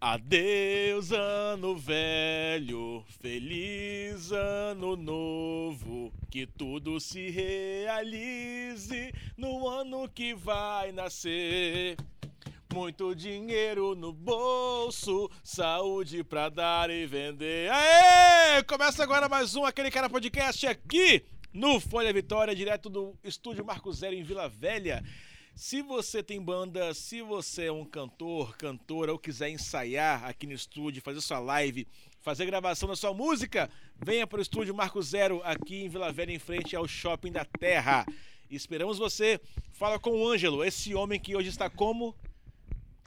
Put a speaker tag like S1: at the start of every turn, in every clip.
S1: Adeus ano velho, feliz ano novo, que tudo se realize no ano que vai nascer. Muito dinheiro no bolso, saúde pra dar e vender. Aê! Começa agora mais um Aquele Cara Podcast aqui no Folha Vitória, direto do estúdio Marco Zero em Vila Velha. Se você tem banda, se você é um cantor, cantora ou quiser ensaiar aqui no estúdio, fazer sua live, fazer gravação da sua música, venha para o estúdio Marco Zero aqui em Vila Velha, em frente ao Shopping da Terra. Esperamos você. Fala com o Ângelo, esse homem que hoje está como?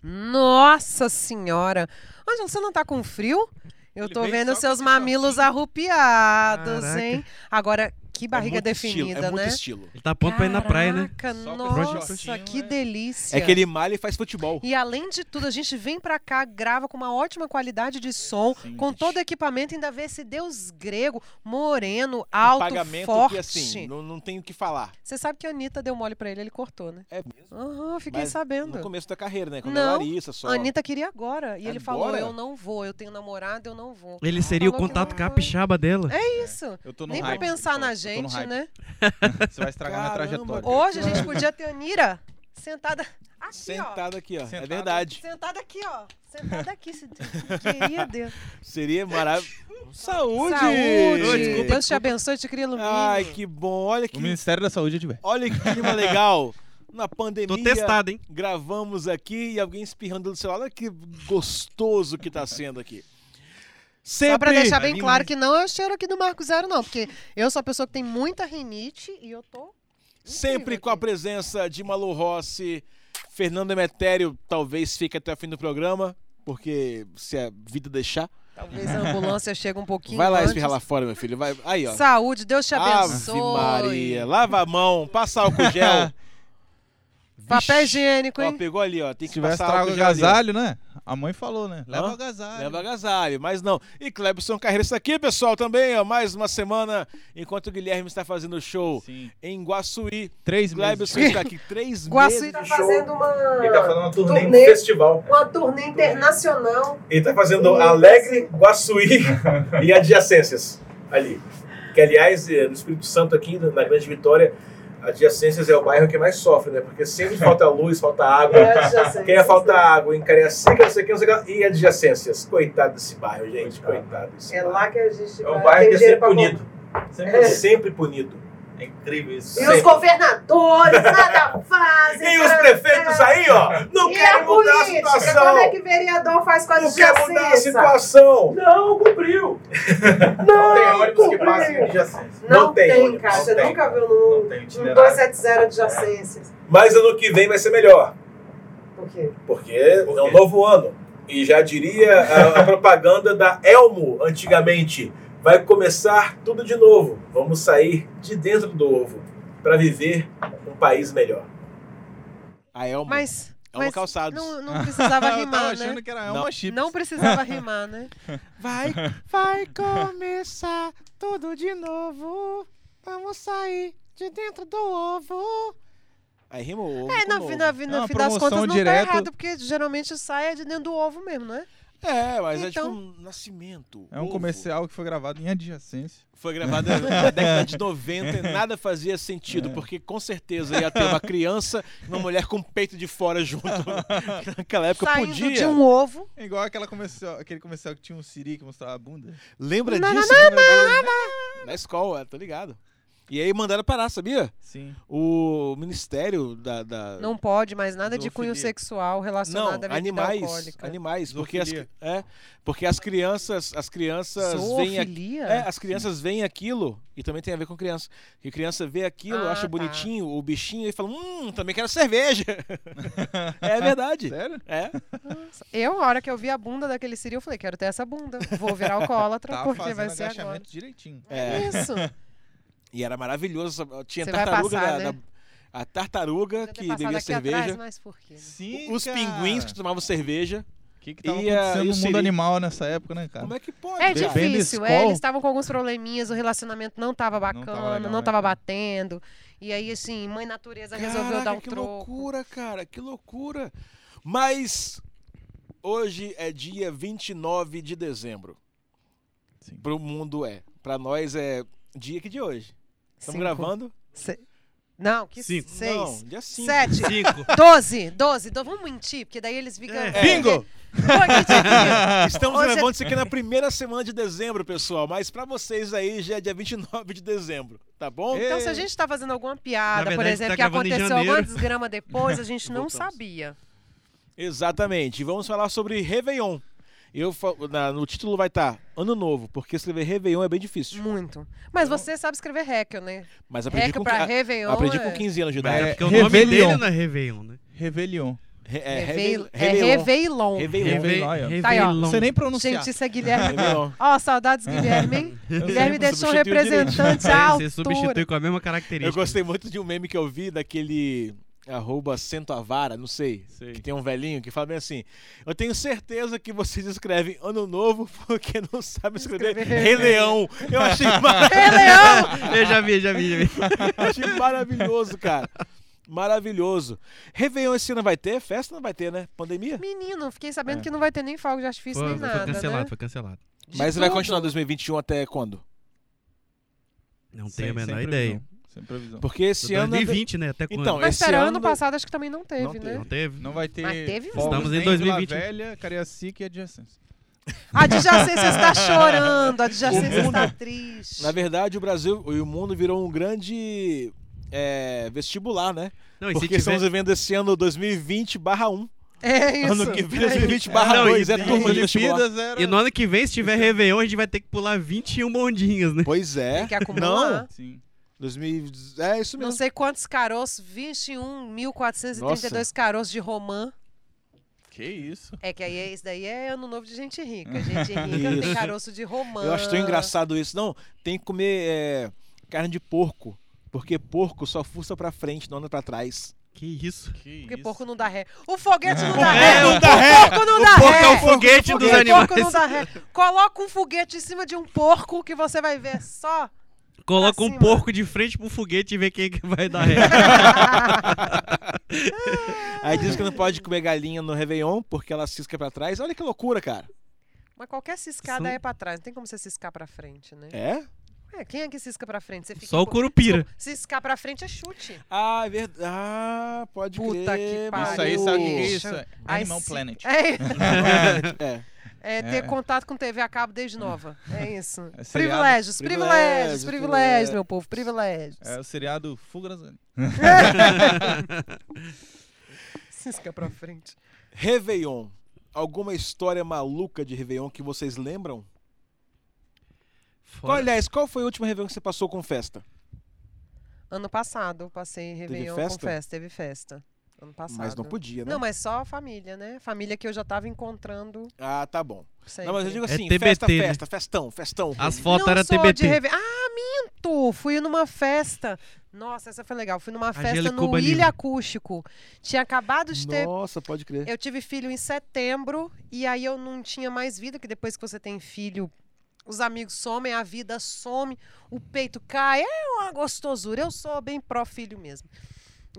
S2: Nossa senhora! Ângelo, você não tá com frio? Eu
S1: Ele
S2: tô
S1: veio só tá
S2: vendo
S1: com
S2: seus
S1: esse
S2: mamilos arrupiados,
S3: Caraca.
S2: hein? Agora, que barriga
S1: é muito
S2: definida,
S1: estilo, é muito
S2: né?
S1: estilo.
S3: Ele tá pronto pra ir na praia, né?
S2: Caraca,
S1: Só com esse
S2: nossa,
S3: shortinho,
S2: que
S3: é.
S2: delícia!
S1: É que ele malha e faz futebol.
S2: E além de tudo, a gente vem pra cá, grava com uma ótima qualidade de som, com todo o equipamento, ainda vê esse deus grego, moreno, alto,
S1: Pagamento
S2: forte.
S1: que assim, não, não tem o que falar.
S2: Você sabe que a Anitta deu mole pra ele, ele cortou, né?
S1: É mesmo.
S2: Aham, fiquei
S1: Mas
S2: sabendo.
S1: No começo da carreira, né? Quando
S2: Não,
S1: é Larissa só.
S2: A Anitta queria agora. E ele falou:
S1: Agora?
S2: Eu não vou, eu tenho namorado, eu não vou.
S3: Ele seria o
S2: Falou que
S3: contato
S2: não vai.
S3: capixaba dela.
S2: É isso.
S4: Eu tô no
S2: Nem pra
S4: hype,
S2: pensar
S4: eu tô-
S2: na
S4: eu tô no
S2: gente,
S4: hype.
S2: né?
S4: Você vai estragar minha
S1: Caramba,
S4: trajetória.
S2: Hoje a gente podia ter a Anira sentada aqui, ó.
S1: Sentada aqui, ó. É
S4: Sentada.
S1: verdade.
S2: Sentada aqui, ó. Sentada aqui, se queria Deus.
S1: Seria maravilhoso. Saúde!
S2: Saúde!
S3: Ô, desculpa,
S2: Deus te abençoe, te crie iluminado.
S1: Ai, que bom. Olha que,
S4: O Ministério da Saúde é de
S1: olha que clima legal. Na pandemia,
S3: Tô testado, hein?
S1: gravamos aqui e alguém espirrando do celular. Olha que gostoso que tá sendo aqui. Sempre...
S2: Só pra deixar
S3: Vai
S2: bem
S3: vir
S2: claro
S3: mais.
S2: que não é o cheiro aqui do Marco Zero, não. Porque eu sou a pessoa que tem muita rinite e eu tô.
S1: Sempre
S2: incrível
S1: com a
S2: aqui.
S1: presença de Malu Rossi, Fernando Emetério, talvez fique até o fim do programa, porque se a vida deixar.
S2: Talvez a ambulância chegue um pouquinho.
S1: Vai lá
S2: antes.
S1: espirrar lá fora, meu filho. Vai. Aí, ó.
S2: Saúde, Deus te abençoe.
S1: Ave Maria. Lava a mão, passa álcool em gel.
S2: Papel
S1: Vixe.
S2: higiênico,
S1: Ó,
S2: hein?
S1: pegou ali, ó. Tem
S4: Se
S1: que
S4: tivesse
S1: passar
S4: trago
S1: álcool em gel ali, ó.
S4: agasalho, né? A mãe falou, né? Leva
S1: Hã?
S4: o agasalho.
S1: Leva agasalho, mas não. E Clebson Carreira está aqui, pessoal, também, ó. Mais uma semana, enquanto o Guilherme está fazendo show
S4: Sim.
S1: em Guaçuí.
S4: Três meses.
S1: Clebson está aqui três
S2: Guaçuí
S1: meses.
S2: tá
S1: de show.
S2: fazendo
S5: Ele tá
S2: uma,
S5: fazendo uma turnê,
S2: Turnê.
S5: em festival.
S2: uma turnê internacional.
S5: Ele tá fazendo Alegre, Guaçuí e adjacências ali. Que, aliás, eh, no Espírito Santo aqui, na Grande Vitória, adjacências é o bairro que mais sofre, né? Porque sempre falta luz, falta água. É, Quem ia faltar água em Cariacica, não sei o que, não sei o que. E adjacências. Coitado desse bairro, gente. Coitado desse bairro.
S2: que a gente
S5: É um bairro que é sempre punido.
S4: é
S5: Sempre, sempre punido. É incrível isso. Sempre.
S2: governadores nada fazem.
S5: E os prefeitos aí, ó, não querem mudar a situação.
S2: é que vereador faz com
S5: Não quer mudar a situação. Não, cumpriu. Não, tem ônibus que passam em adjacência. ônibus, não tem.
S2: viu
S5: Não tem itinerário.
S2: 270 adjacências.
S5: Mas ano que vem vai ser melhor,
S2: Por quê?
S5: porque é um novo ano. E já diria a, a propaganda da Elmo antigamente, vai começar tudo de novo. Vamos sair de dentro do ovo para viver um país melhor.
S1: A
S4: um
S1: Elmo.
S2: Mas,
S1: Elmo
S2: mas
S1: Calçados.
S2: não, não precisava
S4: Ah, é eu tava
S2: rimar,
S4: achando
S2: né?
S4: que era
S1: Não.
S4: uma chip.
S2: Não precisava rimar, né?
S1: Vai, vai começar tudo de novo. Vamos sair de dentro do ovo. Aí rimou o ovo.
S2: É,
S1: com
S2: no,
S1: novo.
S2: fim- na, fim-
S4: É
S2: no
S4: uma
S2: fim das
S4: promoção
S2: contas não
S4: direto.
S2: tá errado, porque geralmente sai é de dentro do ovo mesmo, né?
S1: É, mas é tipo
S2: Então-
S1: um nascimento.
S4: É um
S1: ovo.
S4: comercial que foi gravado em adjacência.
S1: Foi gravado na década de 90 e nada fazia sentido, porque com certeza ia ter uma criança e uma mulher com o peito de fora junto. Naquela época
S2: Saindo
S1: É podia.
S2: de um ovo.
S4: É Igual aquela comercial, aquele comercial que tinha um Siri que mostrava a bunda.
S1: Lembra
S2: Na- na-
S1: disso? Lembra dele? Na escola, tô ligado. E aí mandaram parar, sabia?
S4: Sim.
S1: O Ministério da- da,
S2: Não pode mais nada de cunho
S4: Zoofilia.
S2: sexual
S1: Não,
S2: relacionado à bebida
S1: animais,
S2: alcoólica.
S1: animais, porque as,
S4: Zoofilia.
S1: é, porque as crianças, as crianças veem aqui,
S2: Zoofilia?
S1: é, as crianças veem aquilo e também tem a ver com criança. Que criança vê aquilo,
S2: Ah,
S1: acha
S2: tá.
S1: bonitinho o bichinho e fala, hum, também quero cerveja. é verdade.
S4: Sério?
S1: É.
S2: Eu, a hora que eu vi a bunda daquele Siri, eu falei, quero ter essa bunda. Vou virar alcoólatra,
S4: Tá
S2: porque vai
S4: fazendo
S2: ser agora.
S4: agachamento direitinho.
S1: É.
S2: Isso.
S1: E era maravilhoso. Tinha
S2: Você vai
S1: tartaruga
S2: passar,
S1: da-
S2: né?
S1: da- a tartaruga
S2: Podia ter
S1: que
S2: passado
S1: bebia
S2: aqui atrás,
S1: cerveja.
S2: mas por quê? né?
S4: Sim,
S1: Os
S4: cara.
S1: pinguins que tomavam cerveja.
S4: O que, que tava
S1: E, ah,
S4: acontecendo
S1: e o
S4: no
S1: Siri?
S4: mundo animal nessa época, né, cara?
S1: Como é que pode?
S2: É
S1: cara?
S4: Bebendo
S2: difícil, é,
S4: Skol.
S2: eles estavam com alguns probleminhas, o relacionamento não tava
S4: tava
S2: bacana, não tava,
S4: legal, né, cara?
S2: batendo. E aí, assim, mãe natureza resolveu um
S1: Caraca,
S2: dar um
S1: que
S2: troco.
S1: loucura, cara, que loucura. Mas Hoje é dia 29 de dezembro.
S4: Sim.
S1: Pro mundo é. Pra nós é dia que de hoje. Estamos
S2: Cinco.
S1: gravando?
S2: Se- Não, que
S3: Cinco.
S1: Não,
S2: seis.
S1: dia 5.
S2: Sete.
S3: Cinco.
S2: Doze. Doze. do- Vamos mentir, porque daí eles ficam...
S3: É.
S4: Bingo!
S1: Estamos
S2: Hoje é-
S1: gravando isso aqui na primeira semana de dezembro, pessoal. Mas pra vocês aí já é dia 29 de dezembro, tá bom?
S2: Então, se a gente tá fazendo alguma piada,
S3: Na
S2: por
S3: verdade,
S2: exemplo,
S3: tá
S2: que
S3: gravando em
S2: aconteceu alguma
S3: janeiro.
S2: desgrama depois, a gente não
S1: Voltamos.
S2: sabia.
S1: Exatamente. E Vamos falar sobre Réveillon. Eu, fa- na- no título vai estar Ano Novo, porque escrever Réveillon é bem difícil.
S2: Muito. Mas você sabe escrever Heckel, né?
S1: Mas aprendi,
S2: Heckel
S1: com,
S2: pra
S1: a-
S2: Réveillon.
S1: aprendi
S2: é-
S1: com 15 anos de
S3: Mas é
S1: idade.
S3: porque o nome
S4: Rebelião.
S3: dele não é Réveillon, né?
S4: Revelion.
S1: Re-
S2: É
S1: é,
S2: Réveil-
S1: Réveil-
S2: é
S1: Réveillon.
S2: Réveillon.
S3: Reve-
S4: Réveillon.
S2: Tá aí, ó.
S4: Não sei nem pronunciar.
S2: Gente, isso é Guilherme.
S1: Réveillon.
S2: Ó, saudades, Guilherme, hein? Guilherme
S1: lembro,
S2: deixou um
S1: substituiu
S2: representante à
S3: Você substitui
S2: altura.
S3: com a mesma
S1: Eu
S3: característica.
S1: gostei muito de um meme que eu vi daquele arroba cento a vara, não sei,
S4: Sei.
S1: que tem um velhinho que fala bem assim, eu tenho certeza que vocês escrevem ano novo porque não sabem escrever
S2: Escrever.
S1: Rei Leão. Eu achei, mar...
S2: Ei, Leão!
S3: Eu já vi, já vi, já vi.
S1: achei maravilhoso, cara. Maravilhoso. Réveillon esse ano vai ter? Festa não vai ter, né? Pandemia?
S2: Menino, fiquei
S1: É.
S2: sabendo que não vai ter nem fogo de artifício
S3: Foi,
S2: nem nada,
S3: foi cancelado,
S2: né?
S3: foi cancelado.
S2: De
S1: Mas vai
S2: tudo.
S1: continuar 2021 até quando?
S3: Não
S4: Sem-
S3: tenho a menor
S4: sem previsão,
S3: ideia.
S4: Sem previsão.
S1: Porque esse ano...
S3: 2020, né? Até quando?
S1: Então,
S2: Mas
S1: esse
S2: será ano
S1: ano-
S2: passado acho que também é. não teve,
S1: Não
S2: né?
S1: teve.
S3: Não teve.
S4: Não vai ter.
S2: Mas teve um
S4: fogos
S3: Estamos em
S4: nem em
S3: 2020.
S4: Vila Velha, Cariacica e adjacência.
S2: A adjacência está tá chorando, a adjacência
S1: O mundo-
S2: está triste.
S1: Na verdade, o Brasil e o mundo virou um grande é, vestibular, né?
S3: Não, e se
S1: Porque
S3: tiver...
S1: estamos vivendo esse ano 2020 barra 1.
S2: É isso.
S1: Ano que vem,
S2: É isso.
S1: 2020 barra
S3: Não, e
S1: 2, é
S3: tem
S1: turma de vestibular.
S4: Olimpíadas era.
S3: E no ano que vem, se tiver Réveillon, a gente vai ter que pular 21 bondinhas, né?
S1: Pois é.
S2: Tem que acumular.
S1: Não,
S4: Sim.
S1: 2000, é isso
S2: Não
S1: mesmo.
S2: sei quantos caroços, 21.432
S1: Nossa.
S2: caroços de romã.
S4: Que isso.
S2: É que aí é- isso daí é ano novo de gente rica. Gente rica tem
S1: Isso.
S2: caroço de romã.
S1: Eu acho tão engraçado isso. Não, tem que comer é, carne de porco, porque porco só fuça pra frente, não anda pra trás.
S3: Que isso?
S4: Que
S2: Porque
S4: isso.
S2: porco não dá ré. O foguete não dá
S3: É,
S2: ré.
S3: não
S2: O porco não dá
S3: Porco é o
S2: ré.
S3: foguete dos
S2: Porque O Ah, porco
S3: animais.
S2: não dá ré. Coloca um foguete em cima de um porco que você vai ver só.
S3: Coloca
S2: pra
S3: um
S2: cima.
S3: porco de frente pro foguete e vê quem é que vai dar ré.
S1: Aí diz que não pode comer galinha no Réveillon, porque ela cisca pra trás. Olha que loucura, cara.
S2: Mas qualquer ciscada
S3: São-
S2: é pra trás. Não tem como você ciscar pra frente, né?
S1: É?
S2: É, quem é que cisca pra frente? Você fica
S3: Só o
S2: co-
S3: Curupira.
S2: Ciscar pra frente é chute.
S1: Ah, é verdade. Ah, pode
S2: Puta
S1: crer.
S2: que
S1: mas-
S4: Isso aí, sabe o que é isso?
S2: Poxa.
S4: Animal
S2: Ai, se-
S4: Planet.
S2: É.
S1: É.
S2: É ter contato com TV a cabo desde nova. É isso.
S4: É seriado.
S2: privilégios, privilégios, privilégios,
S1: Privilégios, privilégios.
S2: meu povo, privilégios.
S4: É o seriado Fuga das Galinhas.
S2: Cisca pra frente.
S1: Réveillon. Alguma história maluca de Réveillon que vocês lembram? Qual,
S3: Fora-
S1: aliás, qual é foi o último Réveillon que você passou com festa?
S2: Ano passado eu passei Réveillon
S1: festa?
S2: com festa, teve festa. Ano passado.
S1: Mas não podia, né?
S2: Não, mas só a família, né? Família que eu já tava encontrando
S1: Ah, tá bom.
S2: sempre.
S1: Não, mas eu digo
S3: É
S1: assim,
S3: TBT,
S1: festa,
S3: né?
S1: festa, festão, festão.
S3: As fotos
S2: Não
S3: eram
S2: sou de
S3: TBT.
S2: Réve- Ah, minto! Fui numa festa. Nossa, essa foi legal. Fui numa festa
S3: Angélica
S2: no
S3: Cuba
S2: Ilha
S3: Livre.
S2: Acústico. Tinha acabado de ter
S1: Nossa, pode crer.
S2: Eu tive filho em setembro e aí eu não tinha mais vida, que depois que você tem filho, os amigos somem, a vida some, o peito cai, é uma gostosura. Eu sou bem pró-filho mesmo.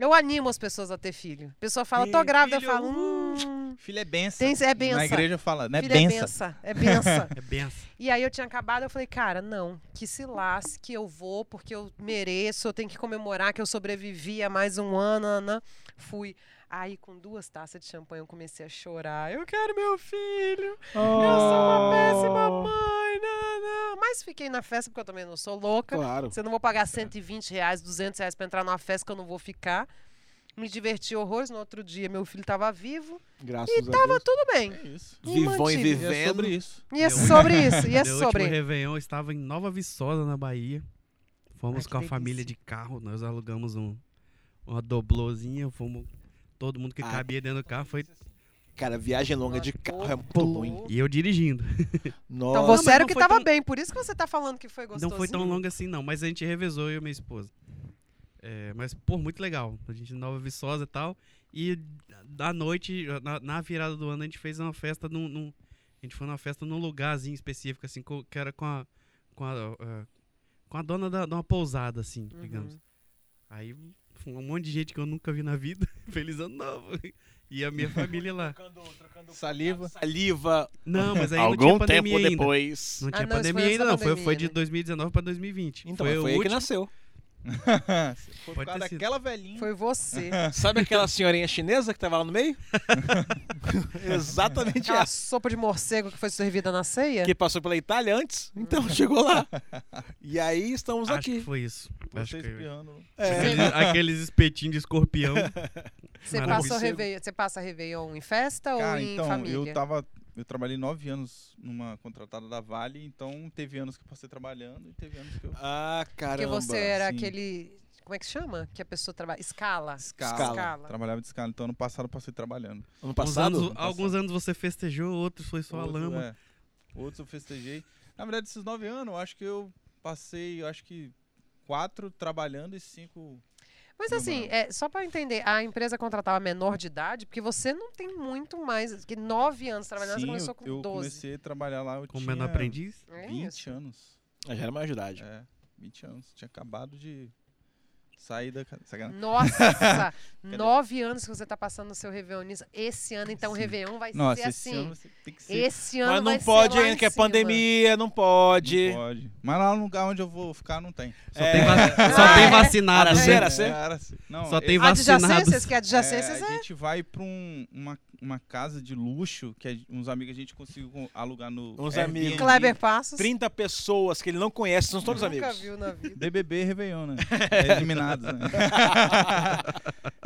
S2: Eu animo as pessoas a ter filho. A pessoa fala, tô
S3: Ih,
S2: grávida, eu
S3: filho, uhum."
S2: falo, hum,
S4: Filho é benção.
S2: tem, é
S4: Na
S2: benção.
S4: igreja fala, né?
S2: Filho é
S4: benção.
S2: benção, é benção.
S3: É benção.
S2: E aí eu tinha acabado, eu falei, cara, não, que se lasque, que eu vou, porque eu mereço, eu tenho que comemorar que eu sobrevivi a mais um ano, nanã. Fui. Aí, com duas taças de champanhe, eu comecei a chorar. Eu quero meu filho, eu sou
S3: Oh.
S2: uma péssima mãe, nanã. Mas fiquei na festa, porque eu também não sou louca.
S1: Claro.
S2: Você não vou
S3: É.
S2: pagar 120 reais, 200 reais pra entrar numa festa que eu não vou ficar. Me diverti horrores. No outro dia, meu filho tava vivo.
S1: Graças a Deus.
S2: Tudo bem.
S4: É isso.
S2: E
S1: Vivão e
S2: mantive.
S4: E é
S1: vivendo.
S4: sobre isso.
S2: E é
S3: Meu-
S2: sobre isso, e é
S3: Meu
S2: sobre.
S3: último Réveillon, eu estava em Nova Viçosa, na Bahia. Fomos
S2: Ai, que
S3: com a
S2: delícia.
S3: família de carro, nós alugamos um, uma doblozinha, fomos... Todo mundo que
S1: Ah.
S3: cabia dentro do carro foi...
S1: Cara, viagem longa de carro é muito ruim.
S3: E eu dirigindo.
S1: Nossa.
S2: Então
S3: mas
S2: você era
S3: não
S2: o que
S3: foi
S2: tava
S3: tão-
S2: bem, por isso que você tá falando que foi gostosinho.
S3: Não foi tão longo assim, não, mas a gente revezou, eu e minha esposa. É, mas, pô, muito legal. A gente em Nova Viçosa e tal. E da noite, na, na virada do ano, a gente fez uma festa num. num- a gente foi numa festa num lugarzinho específico, assim, co- que era com a.
S2: Uhum.
S3: Com a, eh, com a dona da, de uma pousada, assim, digamos. Aí, um monte de gente que eu nunca vi na vida. Feliz ano novo. E a minha família lá.
S6: Trocando- trocando
S4: Saliva.
S6: Saliva.
S3: Não, mas aí não
S6: Algum
S3: tinha
S6: tempo
S3: pandemia ainda.
S6: depois.
S3: Não tinha
S2: Ah, não, isso foi
S3: pandemia
S2: antes
S3: ainda,
S2: da
S3: não. Foi, foi
S2: pandemia,
S3: de
S2: né?
S3: 2019 pra 2020.
S1: Então,
S3: foi
S1: foi,
S3: o
S1: aí que
S3: último.
S1: nasceu.
S4: Foi por
S3: Pode
S4: causa
S3: ter sido.
S4: daquela velhinha.
S2: Foi você.
S4: É.
S1: Sabe aquela senhorinha chinesa que tava lá no meio? Exatamente
S2: Aquela
S1: essa.
S2: sopa de morcego que foi servida na ceia?
S1: Que passou pela Itália antes?
S2: Uhum.
S1: Então, chegou lá. E aí estamos
S3: Acho
S1: aqui.
S3: que foi isso. Acho
S4: Você
S3: que-
S4: espirrando.
S3: Aqueles, aqueles espetinhos de escorpião.
S2: Você
S3: Maravilha.
S2: passa, o Réveillon, você passa Réveillon em festa ou
S4: Cara,
S2: em
S4: então,
S2: família?
S4: eu tava. Eu trabalhei nove anos numa contratada da Vale, então teve anos que eu passei trabalhando e teve anos que eu.
S1: Ah,
S2: Porque
S1: caramba.
S2: você era
S4: sim.
S2: aquele. Como é que chama? Que a pessoa trabalha. Escala.
S4: Escala.
S2: Escala.
S4: Trabalhava de escala, então ano passado eu passei trabalhando.
S1: Ano
S3: Alguns
S1: passado?
S3: anos- alguns anos você festejou, outros foi só a
S4: Outro,
S3: lama.
S4: é. Outros eu festejei. Na verdade, esses nove anos, eu acho que eu passei, eu acho que quatro trabalhando e cinco.
S2: Mas assim,
S4: Namorado.
S2: é, só pra eu entender, a empresa contratava menor de idade, porque você não tem muito mais. Que nove anos trabalhando, você
S4: Sim,
S2: começou
S4: eu,
S2: com
S4: eu
S2: 12.
S4: comecei a trabalhar lá. Eu
S3: Como
S4: tinha
S3: menor aprendiz.
S2: É
S4: 20
S2: isso.
S4: anos.
S1: Ah, Já era mais de idade.
S4: É, 20 anos. Tinha acabado de sair da. ca- Sacanagem.
S2: Nossa! nove anos que você tá passando no seu Réveillon nisso. Esse ano, então, o
S4: Sim.
S2: Réveillon vai
S4: Nossa,
S2: ser
S4: esse
S2: assim.
S4: ano você tem que ser.
S2: Esse ano
S1: Mas não
S2: vai ser
S1: pode
S2: lá
S1: ainda,
S2: em
S1: que é
S2: cima.
S1: pandemia, não pode. É.
S4: Não pode. Mas lá no lugar onde eu vou ficar não tem.
S3: Só, tem, va- só
S2: Ah,
S3: tem
S2: é.
S3: vacinado,
S1: Cara,
S3: né?
S1: sério? Era, cê-
S4: Era, cê- não,
S3: Só
S4: é-
S3: tem vacinado.
S2: Adjacências, que adjacências
S4: é,
S2: é.
S4: A gente vai pra um- uma, uma casa de luxo que a gen- uns amigos a gente conseguiu com- alugar no.
S1: Uns
S4: Airbnb.
S1: amigos.
S2: é Kleber Passos.
S1: 30 pessoas que ele não conhece, são todos
S2: nunca
S1: amigos.
S2: viu na vida.
S4: BBB e Réveillon, né? É, Eliminados, né?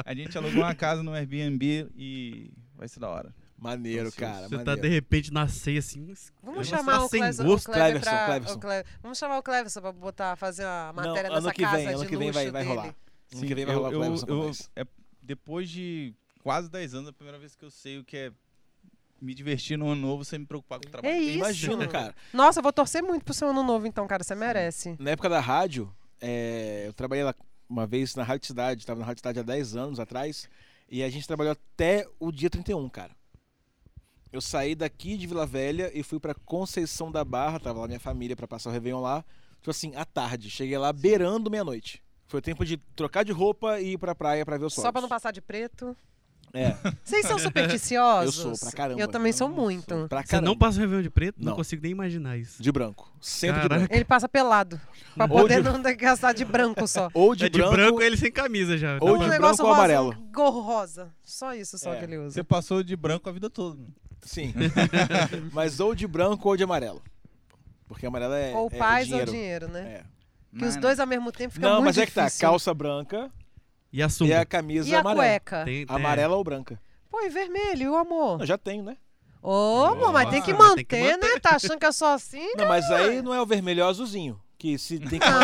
S4: a gente alugou uma casa no Airbnb e vai ser da hora.
S1: Maneiro,
S4: Ansioso.
S1: cara.
S3: Você tá
S1: maneiro.
S3: de repente na ceia assim.
S2: Vamos
S3: Você
S2: chamar
S3: tá
S2: o
S3: sem
S2: Cleverson,
S3: gosto,
S2: o Clever
S1: Cleverson,
S2: pra,
S1: Cleverson.
S2: o Clever- Vamos chamar o Cleverson pra botar, fazer a
S1: Não,
S2: matéria
S1: ano
S2: nessa
S1: que
S2: casa
S1: vem,
S2: de
S1: ano que vem
S2: luxo
S1: vai, vai
S2: dele.
S1: rolar. Ano que vem vai
S4: eu-
S1: rolar o
S4: eu-
S1: Cleverson
S4: eu-
S1: pra nós.
S4: é Depois de quase 10 anos, é a primeira vez que eu sei o que é me divertir no ano novo sem me preocupar com o trabalho.
S2: É isso.
S1: Imagina, cara.
S2: Nossa, eu vou torcer muito pro seu ano novo, então, cara. Você merece.
S1: Na época da rádio, é, eu trabalhei lá uma vez na Rádio Cidade, tava na Rádio Cidade há 10 anos atrás, e a gente trabalhou até o dia 31, cara. Eu saí daqui de Vila Velha e fui pra Conceição da Barra, tava lá minha família pra passar o Réveillon lá, tipo assim, à tarde. Cheguei lá beirando meia-noite. Foi o tempo de trocar de roupa e ir pra praia pra ver o sol.
S2: Só pra não passar de preto.
S1: É,
S2: Vocês são supersticiosos?
S1: Eu sou, pra caramba.
S2: Eu também sou
S4: Eu
S2: muito.
S4: sou.
S1: pra
S3: Você
S1: caramba.
S3: não passa o Réveillon de preto? Não.
S1: Não.
S3: consigo nem imaginar isso.
S1: De branco. Sempre de
S3: Caraca.
S1: branco.
S2: Ele passa pelado. Pra
S1: Ou
S2: poder
S1: de-
S2: não ter que gastar de branco só.
S1: Ou de,
S3: é de branco,
S1: branco,
S3: ele sem camisa já.
S1: Ou
S2: um
S1: de branco
S2: negócio
S1: ou
S2: rosa,
S1: amarelo.
S2: Um gorro rosa. Só isso só
S1: É.
S2: que ele
S4: Você
S2: usa.
S4: passou de branco a vida toda. né?
S1: Sim. Mas ou de branco ou de amarelo. Porque amarelo é.
S2: ou
S1: é
S2: paz
S1: dinheiro.
S2: ou dinheiro, né?
S1: É.
S2: Que os dois ao mesmo tempo fica
S1: Não,
S2: muito
S1: mas é que tá.
S2: difícil.
S1: Calça branca
S3: E a
S1: e a
S3: sunga.
S1: camisa
S2: E a
S1: amarela.
S2: cueca?
S3: Tem- tem-
S1: É Amarela ou branca?
S2: Pô, e vermelho, e o amor?
S1: Não, já tenho, né?
S2: Ô, amor, mas tem que
S3: Nossa,
S2: manter,
S3: tem que
S2: né? Tá achando que é só assim?
S1: Não, mas aí não é o vermelho, é o azulzinho. Que se tem que.
S2: Não.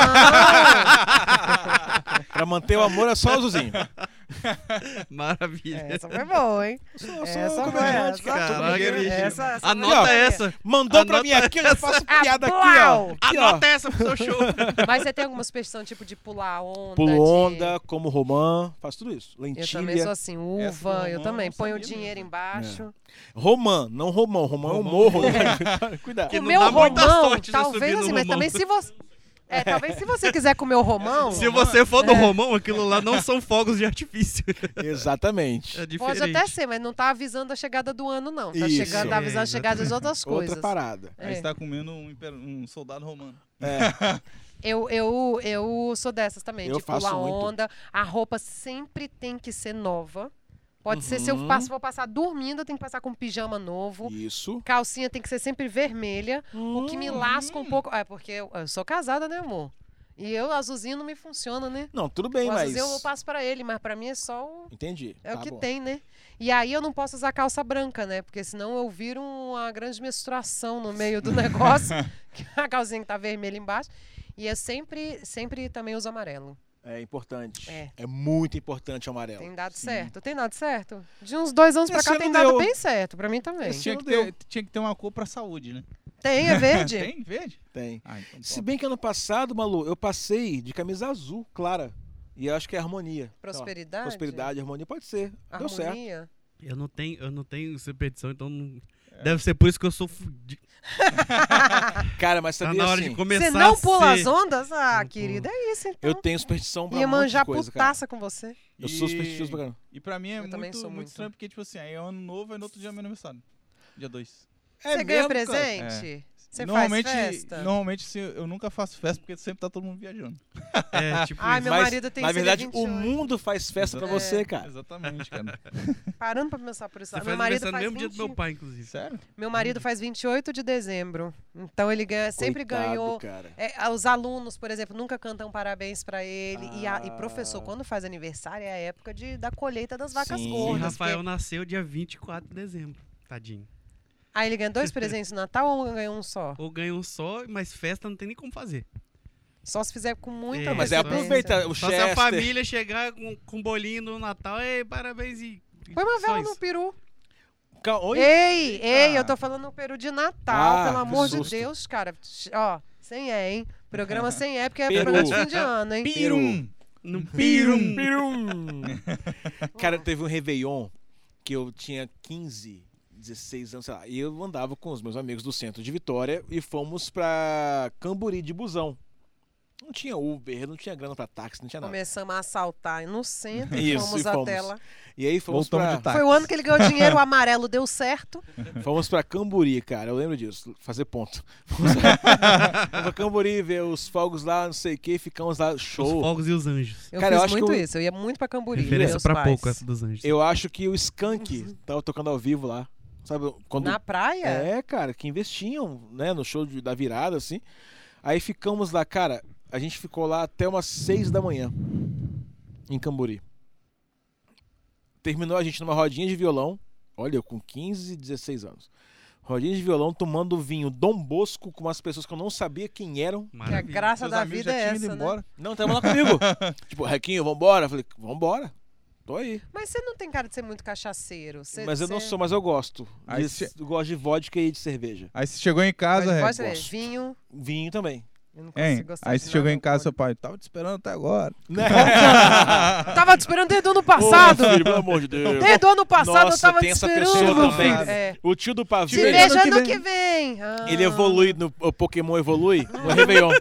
S1: pra manter o amor é só o azulzinho.
S3: Maravilha.
S2: É, Essa foi boa, hein?
S1: Eu sou- eu sou
S2: Essa foi
S1: comediante,
S2: essa.
S1: cara.
S3: Caraca,
S1: Sou comediante.
S3: bicho.
S2: Essa- essa
S3: Anota
S2: foi-
S3: essa.
S1: Mandou pra
S3: Anota
S1: mim aqui, eu já faço piada aqui, ó.
S2: Aplau.
S1: Aqui, ó.
S3: Anota essa pro seu show.
S2: Mas você tem alguma superstição, tipo, de pular onda?
S1: Pulo
S2: de-
S1: onda, como romã, faço tudo isso.
S2: Eu também sou
S1: Lentilha. É.
S2: assim,
S4: Essa do
S2: uva, eu
S4: Romão eu
S2: também.
S4: não
S2: Põe o
S4: sabia
S2: dinheiro
S4: mesmo.
S2: embaixo.
S1: Romã, não romão. Romão é um morro. né? Cuidado.
S3: Que
S2: O
S3: não
S2: meu
S3: dá muita
S2: romão,
S3: sorte de subir
S2: talvez
S3: no
S2: assim, mas
S3: Romão.
S2: também se você... É, talvez se você quiser comer o romão,
S3: Se é você for
S1: É.
S3: do Romão, aquilo lá não são fogos de artifício.
S1: Exatamente.
S3: É diferente.
S2: pode até ser, mas não tá avisando a chegada do ano, não. Tá,
S1: Isso.
S2: chegando,
S3: É,
S2: tá avisando a chegada das outras coisas.
S1: Outra parada.
S4: Aí
S2: É.
S4: você tá comendo um, imper- um soldado romano.
S2: Eu, eu, eu sou dessas também,
S1: Eu
S2: de pular
S1: faço muito.
S2: onda. A roupa sempre tem que ser nova. Pode ser, se eu
S1: Uhum.
S2: passo, vou passar dormindo, eu tenho que passar com pijama novo.
S1: Isso. Hum.
S2: Calcinha tem que ser sempre vermelha. O que
S3: Uhum.
S2: me lasca um pouco. É, porque eu, eu sou casada, né, amor? E eu, azulzinho, não me funciona, né?
S1: Não, tudo bem,
S2: o
S1: mas.
S2: azulzinho eu passo pra ele, mas pra mim é só o.
S1: Entendi.
S2: É
S1: Tá
S2: o que
S1: bom.
S2: tem, né? E aí eu não posso usar calça branca, né? Porque senão eu viro uma grande menstruação no meio do negócio. que a calcinha que tá vermelha embaixo. E eu sempre, sempre também uso amarelo.
S1: É importante. É,
S2: É.
S1: muito importante o amarelo.
S2: Tem dado
S4: Sim.
S2: certo? Tem dado certo? De uns dois anos pra
S1: Esse
S2: cá
S1: ano
S2: tem dado
S1: deu.
S2: bem certo. Pra mim também.
S4: Tinha que, ter, um- tinha que ter uma cor pra saúde, né?
S2: Tem, é verde?
S4: Tem? Verde?
S1: Tem.
S4: Ah, então
S1: Se
S4: top.
S1: bem que ano passado, Malu, eu passei de camisa azul, clara. E eu acho que é harmonia. Sei lá.
S2: Prosperidade?
S1: Prosperidade, harmonia, pode ser. Deu certo.
S2: Harmonia?
S3: Eu não tenho, eu não tenho superstição, então não-
S1: É.
S3: Deve ser por isso que eu sou fudido.
S1: Cara, mas
S3: Tá
S1: sabia
S3: na hora
S1: assim,
S3: de começar
S2: Você não
S3: a
S2: pula
S3: ser- Uhum.
S2: as ondas? Ah,
S3: Não
S2: querida, é isso então.
S1: eu tenho superstição pra
S2: Ia
S1: um monte
S2: manjar
S1: de coisa, cara.
S2: putaça com você.
S1: Eu sou
S4: E-
S1: supersticioso pra caramba.
S4: E pra mim é
S2: Eu também
S4: muito,
S2: sou
S4: muito,
S2: muito.
S4: estranho, porque, tipo assim, aí é ano novo, aí no outro dia é meu aniversário. Dia 2.
S1: É
S2: você ganha presente? Você faz festa?
S4: Normalmente se- eu nunca faço festa, porque sempre tá todo mundo viajando.
S3: É, tipo
S2: Ai,
S3: isso.
S2: meu
S1: Mas,
S2: marido tem
S1: na
S2: seria
S1: verdade, o
S2: 28.
S1: mundo faz festa
S3: É.
S1: pra
S4: Exato.
S1: você, cara.
S4: Exatamente, cara.
S2: Parando pra pensar por isso.
S3: Você
S2: meu
S3: faz
S2: marido
S3: aniversário no
S2: faz,
S3: mesmo dia
S2: 20...
S3: do meu pai, inclusive.
S4: Sério?
S2: meu marido faz 28 de dezembro. Então ele ganha, sempre
S1: Coitado,
S2: ganhou.
S1: cara.
S2: É, ah, os alunos, por exemplo, nunca cantam parabéns pra ele. E, a- e professor,
S1: Ah.
S2: quando faz aniversário, é a época de, da colheita das vacas
S1: Sim.
S3: E
S1: Porra,
S2: gordas.
S3: Rafael
S2: porque-
S3: nasceu dia 24 de dezembro. Tadinho.
S2: Aí ele ganha dois presentes no Natal ou ganha um só?
S3: Ou ganha um só, mas festa não tem nem como fazer.
S2: Só se fizer com muita
S3: É,
S1: Mas é
S3: Exato.
S2: antecedência.
S1: aproveita o
S3: Só se a
S1: Chester.
S3: família chegar com, com um bolinho no Natal, ei, parabéns e. e
S2: Põe uma
S3: só
S2: vela
S3: isso.
S2: no peru.
S1: Ca- Oi?
S2: Ei, ei, eu
S4: Eita.
S2: tô falando no peru de Natal,
S1: Ah,
S2: pelo
S1: que
S2: amor de
S1: susto.
S2: Deus, cara. Ó, sem é, hein? Programa sem é, porque é
S1: Peru.
S2: programa de fim de ano, hein?
S4: Pirum!
S3: No
S4: Pirum.
S3: pirum.
S1: Cara, teve um Réveillon que eu tinha 15, 16 anos, sei lá. E eu andava com os meus amigos do centro de Vitória e fomos pra Camburi de busão. Não tinha Uber, não tinha grana pra táxi, não tinha nada.
S2: Começamos a assaltar no centro,
S1: Isso,
S2: fomos
S1: e
S2: à
S1: fomos. Tá.
S2: tela.
S1: E aí fomos
S4: Voltamos
S1: pra,
S4: de táxi.
S2: Foi o ano que ele ganhou dinheiro, o amarelo deu certo.
S1: fomos pra Camburi, cara. Eu lembro disso, fazer ponto. Fomos pra, fomos pra Camburi, ver os fogos lá, não sei o que, ficamos lá,
S3: Os
S1: show.
S3: fogos e os anjos.
S2: Eu
S1: Cara, eu
S2: fiz
S1: acho que
S2: muito
S1: eu-
S2: isso, eu ia muito pra Camburi.
S3: Referência
S2: meus
S3: pra
S2: pais.
S3: pouco essa dos anjos.
S1: Eu acho que o Skank tava tocando ao vivo lá. Sabe, quando
S2: Na praia?
S1: É, cara, que investiam, né, no show de- da virada, assim. Aí ficamos lá, cara, a gente ficou lá até umas seis da manhã, em Camburi. Terminou a gente numa rodinha de violão, olha, eu com 15, 16 anos. Rodinha de violão, tomando vinho Dom Bosco com umas pessoas que eu não sabia quem eram.
S2: Que a
S3: Maravilha.
S2: graça
S4: Seus
S2: da
S4: amigos
S2: vida
S4: já
S2: é
S4: tinham ido
S2: essa, né?
S4: embora.
S1: Não, tava lá comigo. tipo, Requinho, vambora? Eu falei, vambora. Tô aí.
S2: Mas você não tem cara de ser muito cachaceiro. Você-
S1: mas eu não
S2: você-
S1: sou, mas eu gosto.
S4: Aí
S1: De-
S4: se-
S1: eu gosto de vodka e de cerveja.
S4: Aí você chegou em
S2: Mas
S4: casa,
S2: pode ser
S4: Ré.
S2: vinho.
S1: Vinho também.
S2: Eu não consigo
S4: Hein?
S2: gostar
S4: Aí
S2: de
S4: você chegou
S2: nada
S4: em casa, seu
S2: alcoólico.
S4: pai, tava te esperando até agora.
S1: Né?
S2: Tava te esperando desde o ano passado.
S1: Ô, filho, pelo amor de Deus.
S2: Desde o ano passado eu
S1: Nossa,
S2: tava te
S1: tem essa
S2: esperando.
S1: pessoa
S4: também.
S2: filho. É.
S1: O tio do pavio,
S2: Te
S4: Te
S1: ele,
S4: vejo
S2: vejo
S4: ano
S2: ano
S4: que
S2: que vem. Ah.
S1: ele evolui, no, o Pokémon evolui no Réveillon.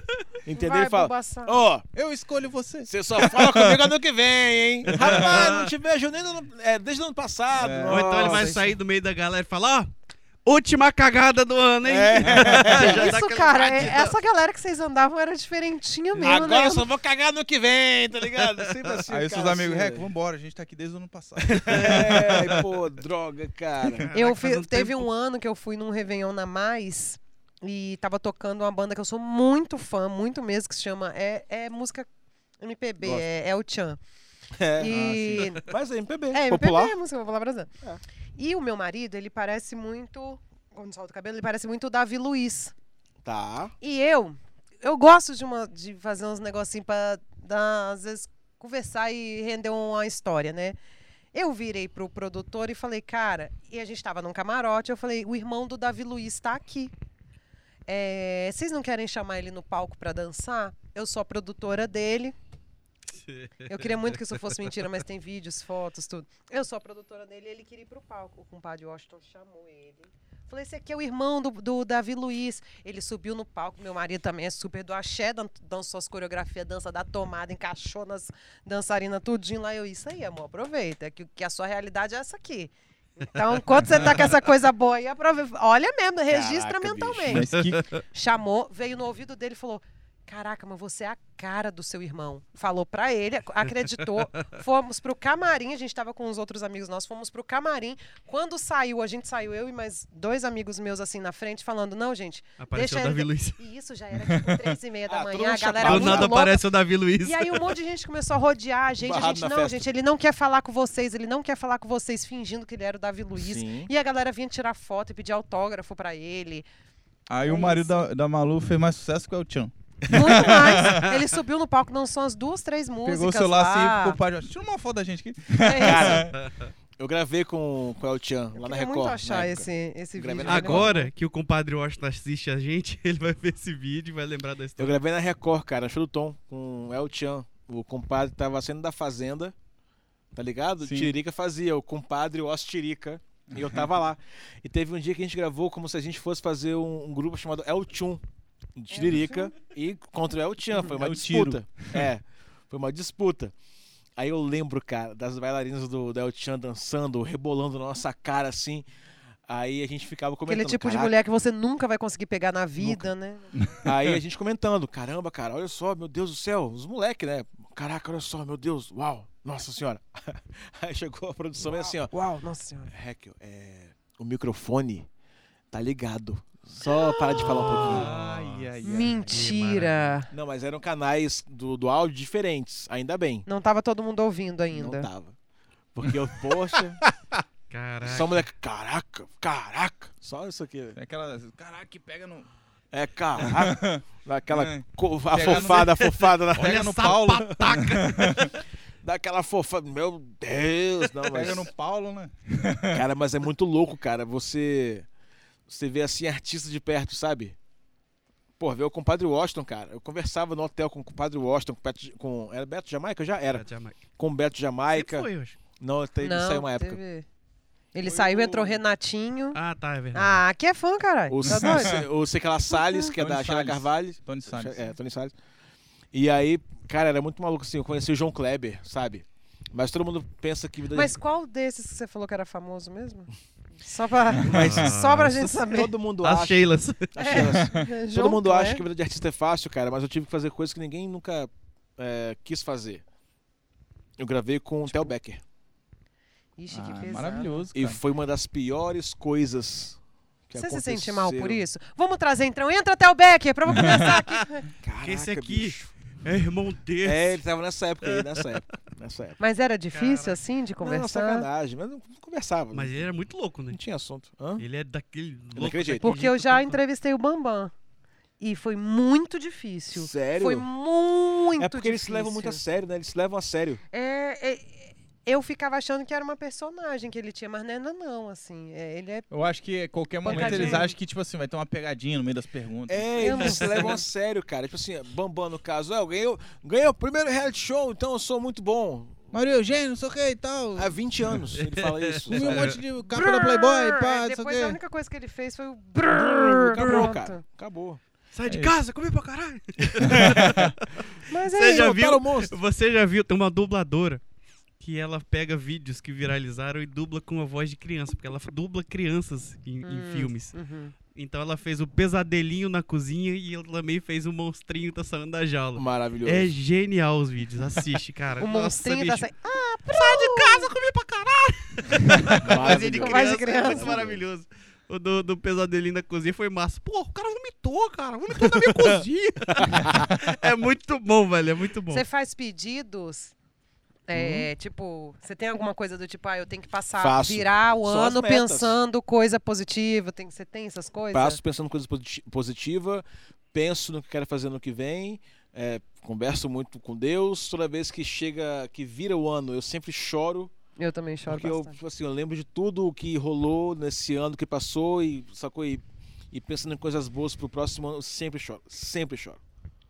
S1: Entendeu?
S2: Vai,
S1: ele fala,
S2: bobaça.
S1: ó,
S4: Eu escolho você.
S1: você só fala comigo ano que vem, hein? Rapaz, não te vejo nem no, ano- é, desde o ano passado.
S4: É.
S3: Ou então ele vai
S1: Nossa,
S3: sair do meio da galera e falar, ó, última cagada do ano, hein?
S1: "É,
S3: É, Já dá
S2: Isso,
S3: aquela
S2: cara, é-
S3: batida.
S2: essa galera que vocês andavam era diferentinha mesmo,
S1: Agora
S2: né?
S1: eu só vou cagar no que vem, tá ligado? Sempre assim,
S4: Aí os seus
S1: cara,
S4: amigos,
S1: assim,
S4: Rec, vambora, a gente tá aqui desde o ano passado.
S1: É, pô, droga, cara.
S2: Eu
S3: Caraca,
S2: fi-
S3: faz um
S2: teve
S3: tempo.
S2: um ano que eu fui num Réveillon na Mais e tava tocando uma banda que eu sou muito fã, muito mesmo, que se chama. É, é música MPB,
S1: Gosto.
S2: é, é o Tchan.
S1: É.
S2: E
S1: Mas é MPB,
S2: É, MPB
S1: popular.
S2: é música popular brasileira.
S1: É.
S2: E o meu marido, ele parece muito. Quando solta o cabelo, ele parece muito o Davi Luiz.
S1: Tá.
S2: E eu, eu gosto de, uma, de fazer uns negocinhos pra, dar, às vezes, conversar e render uma história, né? Eu virei pro produtor e falei, cara, e a gente tava num camarote, eu falei, o irmão do Davi Luiz tá aqui. É, vocês não querem chamar ele no palco pra dançar? Eu sou a produtora dele. Eu queria muito que isso fosse mentira, mas tem vídeos, fotos, tudo. Eu sou a produtora dele, ele queria ir pro palco. O compadre Washington chamou ele. Falei, esse aqui é o irmão do, do Davi Luiz. Ele subiu no palco, meu marido também é super do axé, dan- dançou as coreografias, dança da tomada, encaixou nas dançarinas tudinho lá. Eu, isso aí, amor, aproveita, que, que a sua realidade é essa aqui. Então, enquanto você tá com essa coisa boa aí, aproveita. Olha mesmo, registra
S1: Caraca, bicho.
S2: mentalmente.
S4: Mas que
S2: Chamou, veio no ouvido dele e falou: Caraca, mas você é a cara do seu irmão. Falou pra ele, ac- acreditou. fomos pro camarim, a gente tava com os outros amigos nossos, fomos pro camarim. Quando saiu, a gente saiu, eu e mais dois amigos meus assim na frente, falando: Não, gente,
S3: Apareceu o
S2: deixa ele.
S3: Davi Luiz.
S2: E isso já era tipo três e meia da
S1: Ah, todo
S2: manhã, a
S1: mundo
S2: galera
S1: chapado.
S3: Do
S2: muito
S3: nada
S2: louca.
S3: aparece o Davi Luiz.
S2: E aí um monte de gente começou a rodear a gente. A
S1: Barrado na
S2: gente, não,
S1: festa.
S2: gente, ele não quer falar com vocês, ele não quer falar com vocês, fingindo que ele era o Davi Luiz.
S1: Sim.
S2: E a galera vinha tirar foto e pedir autógrafo pra ele.
S4: Aí
S2: É
S4: o marido
S2: isso.
S4: da, da Malu fez mais sucesso que o El Chan.
S2: Muito mais. Ele subiu no palco, não são as duas, três músicas.
S4: Pegou o celular assim e
S2: lá.
S4: ficou pai. Tira uma foto da gente aqui.
S2: É isso.
S1: Cara, eu gravei com, com o El Chan
S2: Eu
S1: lá na
S2: queria
S1: Record.
S2: muito
S1: na época.
S2: achar esse, esse
S1: Gravei
S2: vídeo.
S1: na
S2: mas não-
S3: Agora que o compadre Washington assiste a gente, ele vai ver esse vídeo e vai lembrar da
S1: Eu
S3: história.
S1: gravei na Record, cara, no show do Tom, com o El Chan. O compadre tava saindo da fazenda, tá ligado?
S4: Sim.
S1: Tirica fazia, o compadre Os Tirica E eu tava lá. E teve um dia que a gente gravou como se a gente fosse fazer um, um grupo chamado El Chun, de Tiririca, e contra o El Chan. Foi uma
S4: É o tiro.
S1: disputa. É, foi uma disputa. Aí eu lembro, cara, das bailarinas do, do El Chan dançando, rebolando na nossa cara assim. Aí a gente ficava comentando.
S2: Aquele tipo de
S1: "Caraca,
S2: mulher que você nunca vai conseguir pegar na vida, né?
S1: Aí a gente comentando, caramba, cara, olha só, meu Deus do céu, os moleque, né? Caraca, olha só, meu Deus, uau, nossa senhora. Aí chegou a produção e assim, ó,
S2: Uau, nossa senhora.
S1: Heckel, é, o microfone tá ligado, só para de falar um pouquinho.
S4: Ai, ai, ai. Ah.
S2: Mentira.
S1: Não, mas eram canais do, do áudio diferentes, ainda bem.
S2: Não tava todo mundo ouvindo
S1: Não
S2: ainda.
S1: tava. Porque eu, poxa,
S3: Caraca.
S1: só moleque, caraca, caraca, só isso aqui.
S4: É Aquela. Caraca, que pega no.
S1: É, caraca, daquela
S4: É.
S1: co-
S4: Pegar no-
S1: afofada, afofada na
S4: Pega
S3: Olha
S4: no
S3: essa
S4: Paulo.
S3: pataca.
S1: Dá aquela fofa. Meu Deus, não, mas.
S4: Pega no Paulo, né?
S1: Cara, mas é muito louco, cara. Você. Você vê assim, artista de perto, sabe? Pô, vê o compadre Washington, cara. Eu conversava no hotel com o compadre Washington, com, o Beto- com- Era Beto Jamaica? Já era.
S3: Jamaica.
S1: Com o Beto
S3: Sempre
S1: Jamaica.
S3: foi, eu acho.
S1: Não, até ele saiu uma época.
S2: teve- Ele
S4: Foi
S2: saiu,
S4: o-
S2: entrou Renatinho.
S3: Ah, tá, é verdade.
S2: Ah, que é fã, caralho.
S1: O,
S2: Tá doido?
S1: C- o Sequela Salles, que é
S4: Tony
S1: da Sheila
S4: Salles.
S1: Carvalho.
S4: Tony Salles.
S1: É, Tony Salles. E aí, cara, era muito maluco assim. Eu conheci o João Kleber, sabe? Mas todo mundo pensa que vida de-
S2: Mas qual desses que você falou que era famoso mesmo? Só pra,
S3: Mas-
S2: só pra gente saber.
S1: Todo mundo
S3: As
S1: acha.
S3: Sheilas.
S1: A Sheila- Todo
S2: João
S1: mundo acha que
S2: Kleber.
S1: a vida de artista é fácil, cara, mas eu tive que fazer coisas que ninguém nunca é, quis fazer. Eu gravei com
S2: Tipo,
S1: o Theo Becker. é
S2: Ixi, que
S4: Ah,
S2: pesado.
S4: maravilhoso.
S1: E
S4: Cara.
S1: foi uma das piores coisas que
S2: tá. Você se
S1: aconteceram.
S2: sente mal por isso? Vamos trazer então. Entra até o Becker pra eu começar aqui.
S1: Caraca,
S3: Esse aqui.
S1: bicho.
S3: É irmão desse.
S1: É, ele tava nessa época aí, nessa época. Nessa época.
S2: Mas era difícil
S3: Caraca.
S2: assim de
S1: Não,
S2: conversar?
S1: sacanagem, mas não conversava.
S3: Mas ele era muito louco, né?
S1: Não tinha assunto. Hã?
S3: Ele é daquele louco.
S1: daquele jeito.
S2: Porque eu já
S3: entrei.
S2: entrevistei o Bambam. E foi muito difícil.
S1: Sério?
S2: Foi muito
S1: é porque eles se levam muito
S2: difícil.
S1: a sério, né? Eles se levam a sério.
S2: É, é, eu ficava achando que era uma personagem que ele tinha, mas não é não, assim. É, ele é.
S4: Eu acho que a qualquer momento
S2: Pancadinha.
S4: eles acham que, tipo assim, vai ter uma pegadinha no meio das perguntas.
S1: É,
S2: Eu não
S1: eles se
S2: sei.
S1: levam a sério, cara. Tipo assim, Bambam, no caso, é, eu ganhei, o- ganhei o primeiro reality show, então eu sou muito bom.
S4: Maria Eugênio, não sei o que e tal.
S1: Há 20 anos ele fala isso.
S4: Comi um
S1: sabe?
S4: monte de capa da Playboy,
S2: Brrr!
S4: pá,
S2: É,
S4: não sei
S2: Depois a
S4: o quê.
S2: única coisa que ele fez foi o.
S1: Acabou,
S2: brrr, pronto.
S1: cara. Acabou.
S3: Sai de
S4: É
S3: casa, comi pra caralho.
S2: Mas é
S3: Você já
S2: isso.
S3: viu?
S1: Botaram o monstro.
S3: Você já viu? Tem uma dubladora que ela pega vídeos que viralizaram e dubla com a voz de criança, porque ela dubla crianças em, em
S2: Hum.
S3: filmes.
S2: Uhum.
S3: Então ela fez o pesadelinho na cozinha e ela também fez o monstrinho tá saindo da jaula.
S1: Maravilhoso.
S3: É genial os vídeos, assiste, cara.
S2: O monstrinho tá
S3: bicho.
S2: saindo.
S3: Sai de casa, comi pra caralho. Coisinha de
S1: Maravilhoso.
S2: Voz de
S3: criança, é muito maravilhoso. O do, do pesadelinho na cozinha foi massa. Pô, o cara vomitou, cara. Vomitou na minha cozinha. é muito bom, velho. É muito bom.
S2: Você faz pedidos. É, tipo, você tem alguma coisa do tipo, ah, eu tenho que passar,
S1: Faço.
S2: virar o
S1: Só as
S2: ano
S1: metas.
S2: pensando coisa positiva. Tem, você tem essas coisas?
S1: Passo pensando coisas posi- positiva, penso no que quero fazer no que vem, é, converso muito com Deus. Toda vez que chega, que vira o ano, eu sempre choro,
S2: Eu também choro
S1: porque eu,
S2: bastante.
S1: tipo assim, eu lembro de tudo o que rolou nesse ano que passou e sacou e, e pensando em coisas boas pro próximo ano, eu sempre choro, sempre choro.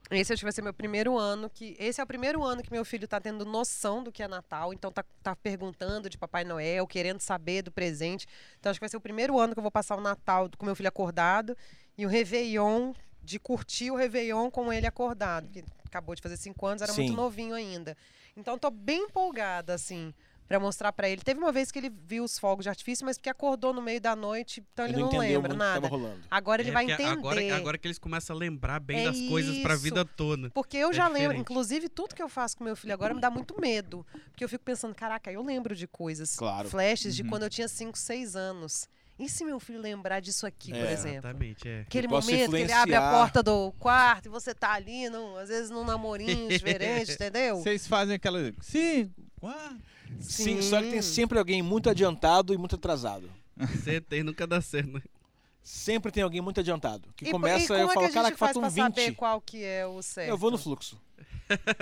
S2: Esse acho que vai ser meu primeiro ano que. Esse é o primeiro ano que meu filho tá tendo noção do que é Natal, então tá, tá perguntando de Papai Noel, querendo saber do presente. Então acho que vai ser o primeiro ano que eu vou passar o Natal com meu filho acordado e o Réveillon, de curtir o Réveillon com ele acordado. Porque acabou de fazer cinco anos, era
S1: Sim.
S2: muito novinho ainda. Então tô bem empolgada, assim. Pra mostrar pra ele. Teve uma vez que ele viu os fogos de artifício, mas porque acordou no meio da noite, então
S1: Eu
S2: ele não,
S1: entendeu
S2: lembra
S1: muito é o que tava
S2: nada.
S1: rolando.
S2: Agora ele
S3: É,
S2: vai
S3: porque
S2: entender.
S3: Agora, agora que eles começam a lembrar bem
S2: É
S3: das coisas pra
S2: isso.
S3: vida toda.
S2: Porque eu
S3: É
S2: já lembro,
S3: diferente.
S2: inclusive tudo que eu faço com meu filho agora me dá muito medo. Porque eu fico pensando, caraca, eu lembro de coisas,
S1: Claro.
S2: flashes de
S4: Uhum.
S2: quando eu tinha 5, 6 anos. E se meu filho lembrar disso aqui, por
S1: É.
S2: exemplo?
S3: Exatamente, é.
S2: Aquele
S1: Eu posso
S2: momento que ele abre a
S1: influenciar.
S2: porta do quarto e você tá ali, num, às vezes num namorinho diferente, entendeu?
S4: Vocês fazem aquela. Sim, quatro.
S1: Sim, só que tem sempre alguém muito adiantado e muito atrasado.
S3: Senta aí, nunca dá certo, né?
S1: Sempre tem alguém muito adiantado. Que
S2: E, po- e
S1: começa,
S2: como
S1: eu
S2: é que a
S1: falo,
S2: gente
S1: caraca,
S2: faz
S1: falta um
S2: pra
S1: 20.
S2: saber qual que é o certo?
S1: Eu vou no fluxo.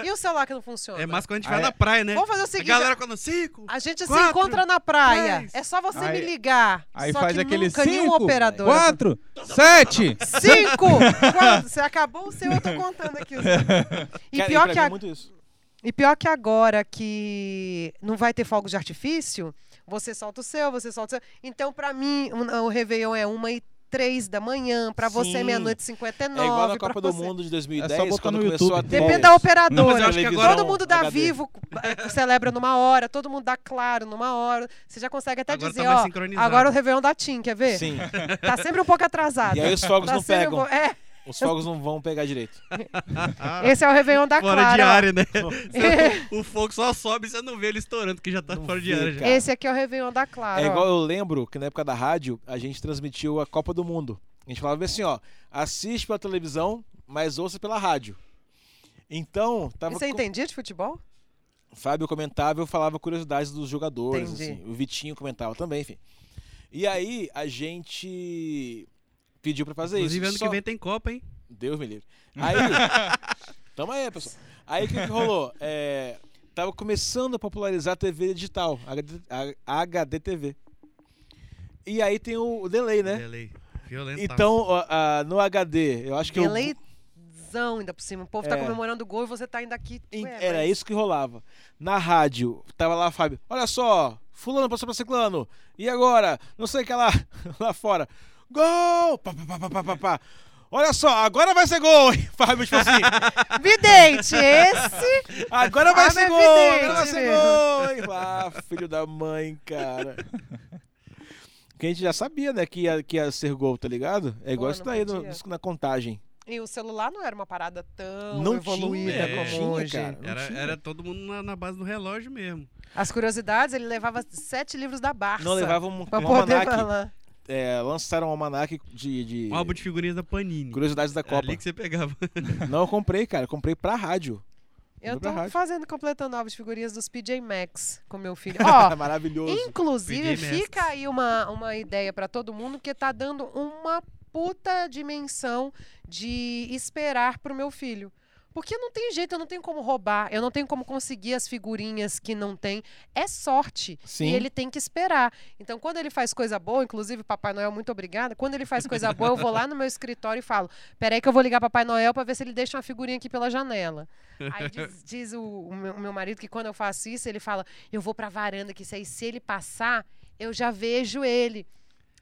S2: E o celular que não funciona?
S3: É mais quando a gente
S4: Ah,
S3: vai
S4: é.
S3: na praia, né?
S2: Vamos fazer o
S3: A
S2: seguinte,
S3: galera quando cinco.
S2: a gente se
S3: quatro,
S2: encontra na praia.
S3: três.
S2: É só você
S4: Aí-
S2: me ligar.
S4: Aí
S2: só
S4: faz
S2: que
S4: aquele
S2: nunca nenhum
S4: cinco,
S2: operador
S4: quatro, sete.
S2: Cinco! Quatro. Você acabou o seu, eu tô contando aqui. os meus. E
S1: Cara,
S2: pior
S1: pra
S2: que
S1: mim é
S2: a-
S1: muito isso.
S2: E pior que agora que não vai ter fogos de artifício, você solta o seu, você solta o seu. Então, pra mim, o o Réveillon é uma e três da manhã, pra você é
S1: Sim.
S2: meia-noite e 59.
S1: É igual na
S2: pra
S1: Copa do
S2: você-
S1: Mundo de 2010,
S4: É só botar
S1: quando
S4: no
S1: começou
S4: YouTube.
S1: a ter...
S2: Depende da operadora.
S3: Não, mas eu acho que agora-
S2: Todo mundo dá
S1: HD.
S2: vivo, eh, celebra numa hora, todo mundo dá claro numa hora. Você já consegue até
S3: Agora tá
S2: dizer,
S3: mais
S2: ó,
S3: sincronizado.
S2: agora o Réveillon da TIM, quer ver?
S1: Sim.
S2: Tá sempre um pouco atrasado.
S1: E aí os fogos
S2: Tá
S1: não
S2: sempre um
S1: pegam.
S2: pouco- É,
S1: Os fogos não vão pegar direito.
S2: esse é o Réveillon da
S3: fora
S2: Clara.
S3: de
S2: ó.
S3: área, né? o fogo só sobe e você não vê ele estourando, que já tá
S1: Não
S3: fora
S1: vê,
S3: de área. Já.
S1: cara.
S2: Esse aqui é o Réveillon da Clara.
S1: É
S2: ó.
S1: igual eu lembro que na época da rádio, a gente transmitiu a Copa do Mundo. A gente falava assim, ó, assiste pela televisão, mas ouça pela rádio. Então,
S2: E
S1: tava
S2: você
S1: com-
S2: entendia de futebol?
S1: Fábio comentava, eu falava curiosidades dos jogadores,
S2: Entendi.
S1: assim. O Vitinho comentava também, enfim. E aí a gente pediu pra fazer
S3: Inclusive, ano
S1: é isso.
S3: que
S1: Só-
S3: vem tem Copa, hein?
S1: Deus me livre. Aí. Tamo aí, pessoal. Aí o que, que rolou? É, tava começando a popularizar a TV digital, HD, a- HDTV. E aí tem o, o delay, né?
S3: Delay. tá. Violento.
S1: Então, ó, ah, no HD, eu acho que. eu-
S2: Eleizão ainda por cima. O povo tá
S1: É.
S2: comemorando o gol e você tá ainda aqui.
S1: em-
S2: Ué,
S1: era
S2: mas-
S1: isso que rolava. Na rádio, tava lá o Fábio. Olha só, Fulano passou pra Ciclano. E agora? Não sei o que lá, lá fora. Gol! Pá, pá, pá, pá, pá, pá, pá. Olha só, agora vai ser gol! hein? Fábio, tipo assim.
S2: Vidente, esse...
S1: Agora
S2: Ah,
S1: vai ser
S2: mas
S1: gol!
S2: evidente,
S1: Agora vai ser
S2: mesmo.
S1: gol! hein? Ah, filho da mãe, cara. Porque a gente já sabia, né, que ia, que ia ser gol, tá ligado? É igual
S2: Pô,
S1: isso
S2: não
S1: daí no-
S2: podia.
S1: na contagem.
S2: E o celular não era uma parada tão
S1: Não
S2: evoluída
S1: tinha,
S3: não
S2: né, como
S1: tinha,
S2: hoje.
S1: cara. não
S3: Era,
S1: tinha.
S3: era todo mundo na, na base do relógio mesmo.
S2: As curiosidades, ele levava sete livros da Barça.
S1: Não levavam um,
S2: Pra
S1: um
S2: poder
S1: almanac.
S2: falar.
S1: É, lançaram um almanac de, de
S3: Um álbum de figurinhas da Panini.
S1: curiosidades da
S3: É
S1: Copa.
S3: ali que você pegava.
S1: Não, eu comprei, cara. eu Comprei pra rádio.
S2: Eu
S1: Vou pra
S2: tô
S1: rádio.
S2: fazendo, completando novas figurinhas dos PJ Max com meu filho. Ó,
S1: É Maravilhoso.
S2: inclusive,
S3: PJ Masks.
S2: fica aí uma, uma ideia pra todo mundo, que tá dando uma puta dimensão de esperar pro meu filho. Porque não tem jeito, eu não tenho como roubar, eu não tenho como conseguir as figurinhas que não tem. É sorte.
S1: Sim.
S2: E ele tem que esperar. Então, quando ele faz coisa boa, inclusive, Papai Noel, muito obrigada. Quando ele faz coisa boa, eu vou lá no meu escritório e falo: peraí, que eu vou ligar Papai Noel para ver se ele deixa uma figurinha aqui pela janela. Aí diz, diz o, o meu, o meu marido que quando eu faço isso, ele fala: eu vou pra varanda, que isso aí, se ele passar, eu já vejo ele.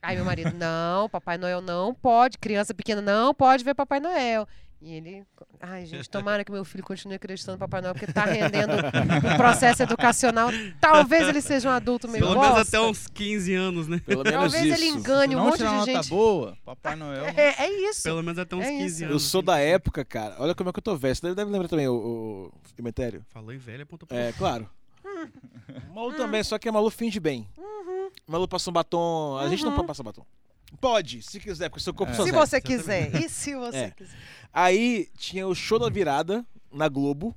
S2: Aí meu marido: não, Papai Noel não pode, criança pequena não pode ver Papai Noel. E ele, ai gente, tomara que meu filho continue acreditando no Papai Noel, porque tá rendendo um processo educacional. Talvez ele seja um adulto meio
S3: Pelo menos
S2: bosta.
S3: até um uns 15 anos, né?
S1: Pelo menos
S2: Talvez
S1: isso.
S2: ele engane
S4: Se
S2: um
S4: não
S2: monte
S4: tirar
S2: de
S4: nota
S2: gente.
S4: boa, Papai Noel. né?
S2: É, é isso.
S3: Pelo menos até uns
S2: É
S3: 15
S2: isso.
S3: anos.
S1: Eu sou da época, cara. Olha como é que eu tô velho. Você deve lembrar também, o, o Cemitério.
S3: Falou em velho, apontou pra
S1: É, claro. Malu também, só que a Malu finge bem.
S2: Uhum.
S1: Malu passa um batom. A gente não pode passar batom. Pode, se quiser, porque seu corpo
S4: É.
S1: só
S2: Se
S1: zero.
S2: você quiser. E se você
S1: É.
S2: quiser.
S1: Aí tinha o show da virada na Globo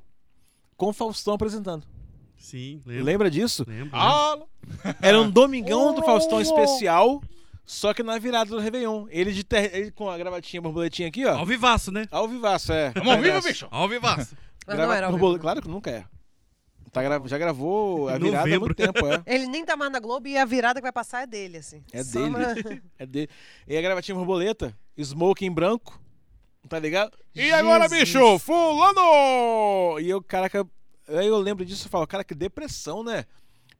S1: com o Faustão apresentando.
S3: Sim, lembro.
S1: Lembra disso?
S3: Lembro.
S4: Alô?
S1: Era um domingão
S2: Uhum.
S1: do Faustão especial, só que na virada do Réveillon. Ele de ter... ele com a gravatinha borboletinha aqui, ó.
S3: Ao vivaço, né?
S1: Ao vivaço, é.
S4: Vamos ao vivo,
S1: Parece.
S4: bicho?
S3: Ao vivaço.
S2: Mas
S1: Grava-
S2: não era ao
S1: borbo-
S2: vivo.
S1: Claro que nunca é. Tá gra- Já gravou a virada há
S3: Novembro.
S1: muito tempo, é.
S2: Ele nem tá mais na Globo e a virada que vai passar é dele, assim.
S1: É
S2: Só
S1: dele.
S2: pra-
S1: É dele. E a gravatinha borboleta, smoke em branco, tá ligado? E agora,
S2: Jesus.
S1: bicho, fulano! E eu, caraca, aí eu lembro disso e falo, cara, que depressão, né?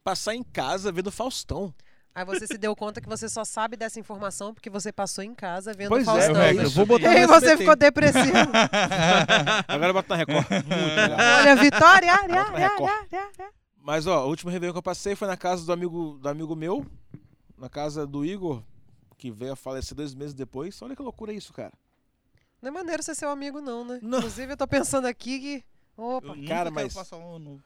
S1: Passar em casa vendo Faustão.
S2: Aí você se deu conta que você só sabe dessa informação porque você passou em casa vendo
S1: Pois é,
S2: Faustão.
S1: velho,
S4: eu vou botar
S2: e aí
S4: no
S2: É, você
S4: SBT.
S2: ficou depressivo.
S1: Agora bota na Record. Muito legal.
S2: Olha, Vitória. Ari,
S1: Bota na
S2: Ari, Ari,
S1: Record.
S2: Ari, Ari, Ari.
S1: Mas ó, o último Réveillon que eu passei foi na casa do amigo, do amigo meu, na casa do Igor, que veio a falecer dois meses depois. Olha que loucura isso, cara.
S2: Não é maneiro ser seu amigo, não, né?
S1: Não.
S2: Inclusive, eu tô pensando aqui que. Opa.
S4: Eu
S1: Cara,
S4: nunca
S1: mas-
S4: quero passar um ano.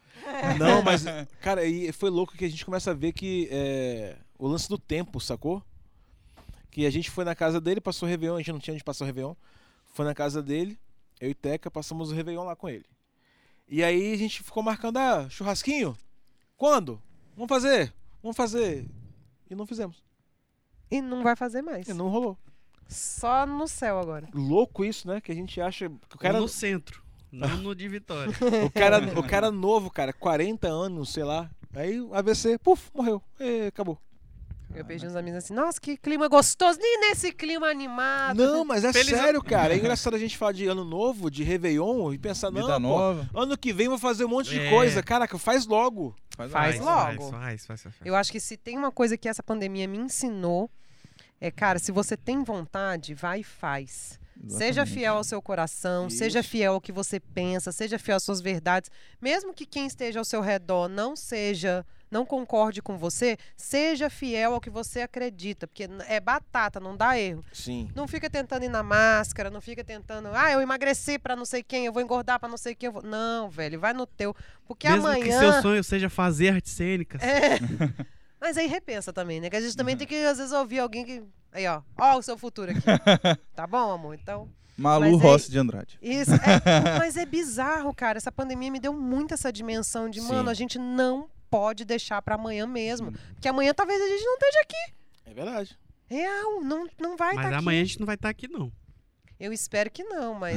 S1: Não, mas, cara, e foi louco que a gente começa a ver que é, o lance do tempo, sacou? Que a gente foi na casa dele, passou o Réveillon, a gente não tinha onde passar o Réveillon. Foi na casa dele, eu e Teca, passamos o Réveillon lá com ele. E aí a gente ficou marcando, ah, churrasquinho? Quando? Vamos fazer, vamos fazer. E não fizemos.
S2: E não vai fazer mais.
S1: E não rolou.
S2: Só no céu agora.
S1: Louco isso, né? Que a gente acha que o cara,
S3: No centro. Não no de Vitória.
S1: o cara, o cara novo, cara, 40 anos, sei lá. Aí o AVC, puf, morreu. E, acabou.
S2: Eu perdi uns amigos assim, nossa, que clima gostoso, nem nesse clima animado.
S1: Não, mas é
S3: Feliz ano-
S1: sério, cara. É engraçado a gente falar de ano novo, de Réveillon, e pensar, não,
S4: Vida
S1: pô,
S4: nova.
S1: ano que vem eu vou fazer um monte de
S3: É.
S1: coisa. Caraca, faz logo.
S2: Faz
S3: Faz,
S2: logo.
S3: Faz, faz, faz. faz.
S2: Eu acho que se tem uma coisa que essa pandemia me ensinou, é, cara, se você tem vontade, vai e faz. Seja
S4: Exatamente.
S2: fiel ao seu coração, seja
S1: Isso.
S2: fiel ao que você pensa, seja fiel às suas verdades. Mesmo que quem esteja ao seu redor não seja, não concorde com você, seja fiel ao que você acredita, porque n- é batata, não dá erro.
S1: Sim.
S2: Não fica tentando ir na máscara, não fica tentando, ah, eu emagreci pra não sei quem, eu vou engordar pra não sei quem, eu vou-". não, velho, vai no teu, porque
S3: Mesmo
S2: amanhã
S3: que seu sonho seja fazer artes cênicas.
S2: é. Mas aí repensa também, né? Que a gente
S3: Uhum.
S2: também tem que, às vezes, ouvir alguém que. Aí, ó. Ó o seu futuro aqui. tá bom, amor? Então.
S4: Malu
S2: Mas é-
S4: Rossi de Andrade.
S2: Isso. é- mas é bizarro, cara. Essa pandemia me deu muito essa dimensão de,
S1: Sim.
S2: mano, a gente não pode deixar pra amanhã
S3: Uhum.
S2: mesmo. Porque amanhã talvez a gente não esteja aqui.
S1: É verdade.
S2: Real, não, não vai
S3: Mas
S2: estar aqui.
S3: amanhã a gente não vai estar aqui, não.
S2: Eu espero que não, mas.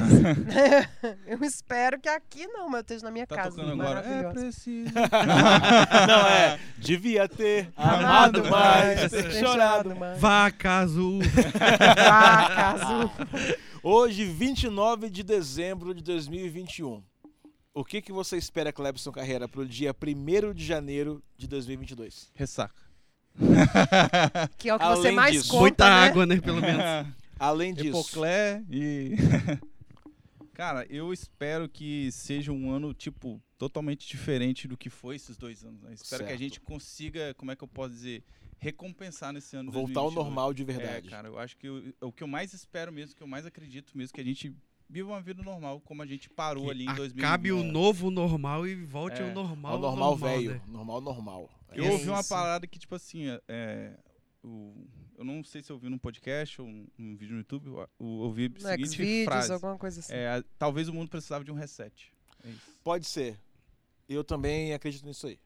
S2: eu espero que aqui não, mas eu esteja na minha
S4: Tá
S2: casa.
S4: tocando agora. É
S2: maravilhosa.
S4: preciso.
S1: não, é. Devia ter amado
S4: Amado
S1: mais,
S4: mais,
S1: ter chorado.
S2: mano.
S3: Vaca azul.
S2: Vá, Cazu.
S1: Hoje, 29 de dezembro de 2021. O que, que você espera, Clebson Carreira, pro dia 1 de janeiro de 2022?
S4: Ressaca.
S2: Que é o que você
S1: Além
S2: mais
S1: disso.
S2: conta,
S3: Muita
S2: né?
S3: água, né? Pelo menos.
S1: Além disso,
S4: Epoclé e. Cara, eu espero que seja um ano, tipo, totalmente diferente do que foi esses dois anos. né? Espero que a
S1: Certo.
S4: gente consiga, como é que eu posso dizer, recompensar nesse ano.
S1: voltar ao
S4: 2022.
S1: normal de
S4: É,
S1: verdade.
S4: cara, eu acho que eu- o que eu mais espero mesmo, o que eu mais acredito mesmo, que a gente viva uma vida normal, como a gente parou ali em 2020.
S3: Cabe o novo normal e volte
S4: um, É,
S3: ao normal.
S1: ao normal, velho.
S3: né?
S1: Normal, normal. É
S4: Eu
S3: É
S4: ouvi uma
S3: isso.
S4: parada que, tipo assim, é, é, o- eu não sei se eu ouvi num podcast ou um, um vídeo no YouTube, eu, eu ouvi a
S2: No
S4: seguinte
S2: Xvideos,
S4: frase.
S2: alguma coisa assim.
S4: É, a- talvez o mundo precisava de um reset. É isso.
S1: Pode ser. Eu também acredito nisso aí.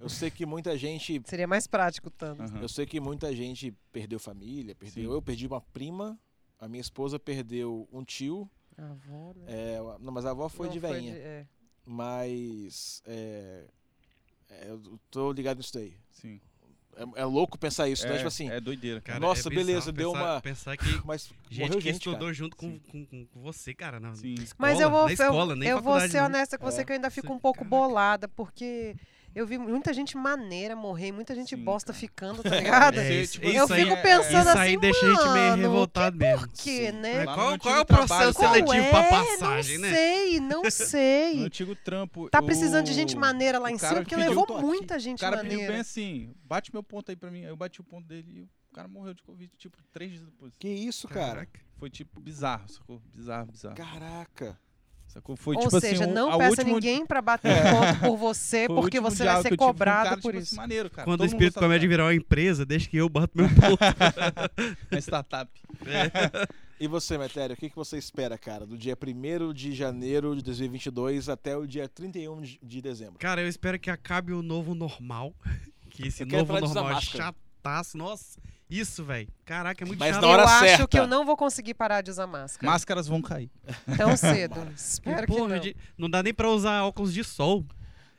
S1: Eu sei que muita gente.
S2: Seria mais prático,
S3: Ah.
S2: tanto.
S4: Aham.
S1: Eu sei que muita gente perdeu família, perdeu.
S4: Sim.
S1: Eu perdi uma prima, a minha esposa perdeu um tio.
S2: A avó, né?
S1: é, não, mas a avó foi
S2: Não,
S1: de veinha.
S2: é.
S1: Mas. É, é, eu tô ligado nisso daí.
S4: Sim.
S1: É, é louco pensar isso, né? Tipo assim.
S4: é doideira, cara.
S3: Cara,
S1: Nossa,
S3: bizarro
S1: beleza, deu
S3: pensar-
S1: uma-
S3: Pensar que
S1: Mas
S3: gente
S1: morreu
S3: que
S1: gente,
S3: estudou
S1: cara.
S3: junto com, com, com- com você, cara. Na,
S4: Sim.
S2: Mas eu
S3: escola,
S2: vou,
S3: na
S2: eu-
S3: escola, nem
S2: eu vou
S3: faculdade,
S2: ser
S3: não.
S2: honesta com você
S1: É.
S2: que eu ainda fico
S3: Você-
S2: um pouco
S3: caraca.
S2: bolada, porque eu vi muita gente maneira morrer, muita gente
S4: Sim,
S2: bosta
S4: cara.
S2: ficando, tá ligado?
S3: É,
S4: Você,
S3: isso-
S4: tipo,
S2: eu
S3: isso aí-
S2: fico
S4: é-
S2: pensando
S3: Isso aí
S2: assim,
S3: deixa a gente meio
S2: mano,
S3: revoltado mesmo.
S2: que,
S1: Sim.
S2: né?
S3: Mas
S4: Lá no
S3: Qual,
S4: antigo
S3: qual é o
S4: trabalho,
S3: processo
S4: qual
S3: seletivo pra
S2: é?
S3: passagem,
S2: não
S3: né?
S2: sei, não
S4: No
S2: sei.
S4: antigo trampo.
S2: Tá
S4: eu-
S2: precisando de gente maneira lá
S4: tipo, o
S2: em cima,
S4: cara
S2: porque
S4: pediu-
S2: levou
S1: tô aqui.
S2: muita
S4: O
S2: gente
S4: cara pediu bem
S2: maneira.
S4: assim: bate meu ponto aí pra mim. Aí eu bati o ponto dele e o cara morreu de Covid, tipo, três dias depois.
S1: Que isso, cara?
S3: Caraca.
S4: Foi, tipo, bizarro, sacou? Bizarro, bizarro.
S1: Caraca.
S4: Sacou? Foi,
S2: Ou
S4: tipo
S2: seja,
S4: assim, um-
S2: não
S4: a
S2: peça
S4: última-
S2: ninguém pra bater ponto por você,
S4: foi o
S2: porque
S4: último
S2: você vai
S4: diálogo que
S2: ser
S4: eu tive com um
S2: cobrado
S4: cara,
S2: por
S4: tipo, assim,
S2: isso.
S4: maneiro, cara.
S3: Quando
S4: Todo
S3: o
S4: mundo
S3: espírito
S4: gostava
S2: é.
S3: comédia
S4: do
S3: virar uma empresa, deixa que eu bato meu É. ponto.
S4: cara. Uma startup.
S1: E você, Metério, o que, que você espera, cara, do dia 1 de janeiro de 2022 até o dia 31 de- de dezembro?
S3: Cara, eu espero que acabe o novo normal. Que esse
S1: Eu quero
S3: novo
S1: falar disso da
S3: normal é
S1: máscara.
S3: chataço. Nossa, isso, velho. Caraca, é muito
S1: Mas
S3: chato.
S1: na hora
S2: eu acho
S1: certa.
S2: que eu não vou conseguir parar de usar máscara
S4: Máscaras vão cair.
S2: tão cedo. Espero
S3: Porra,
S2: que não.
S3: de- não dá nem pra usar óculos de sol.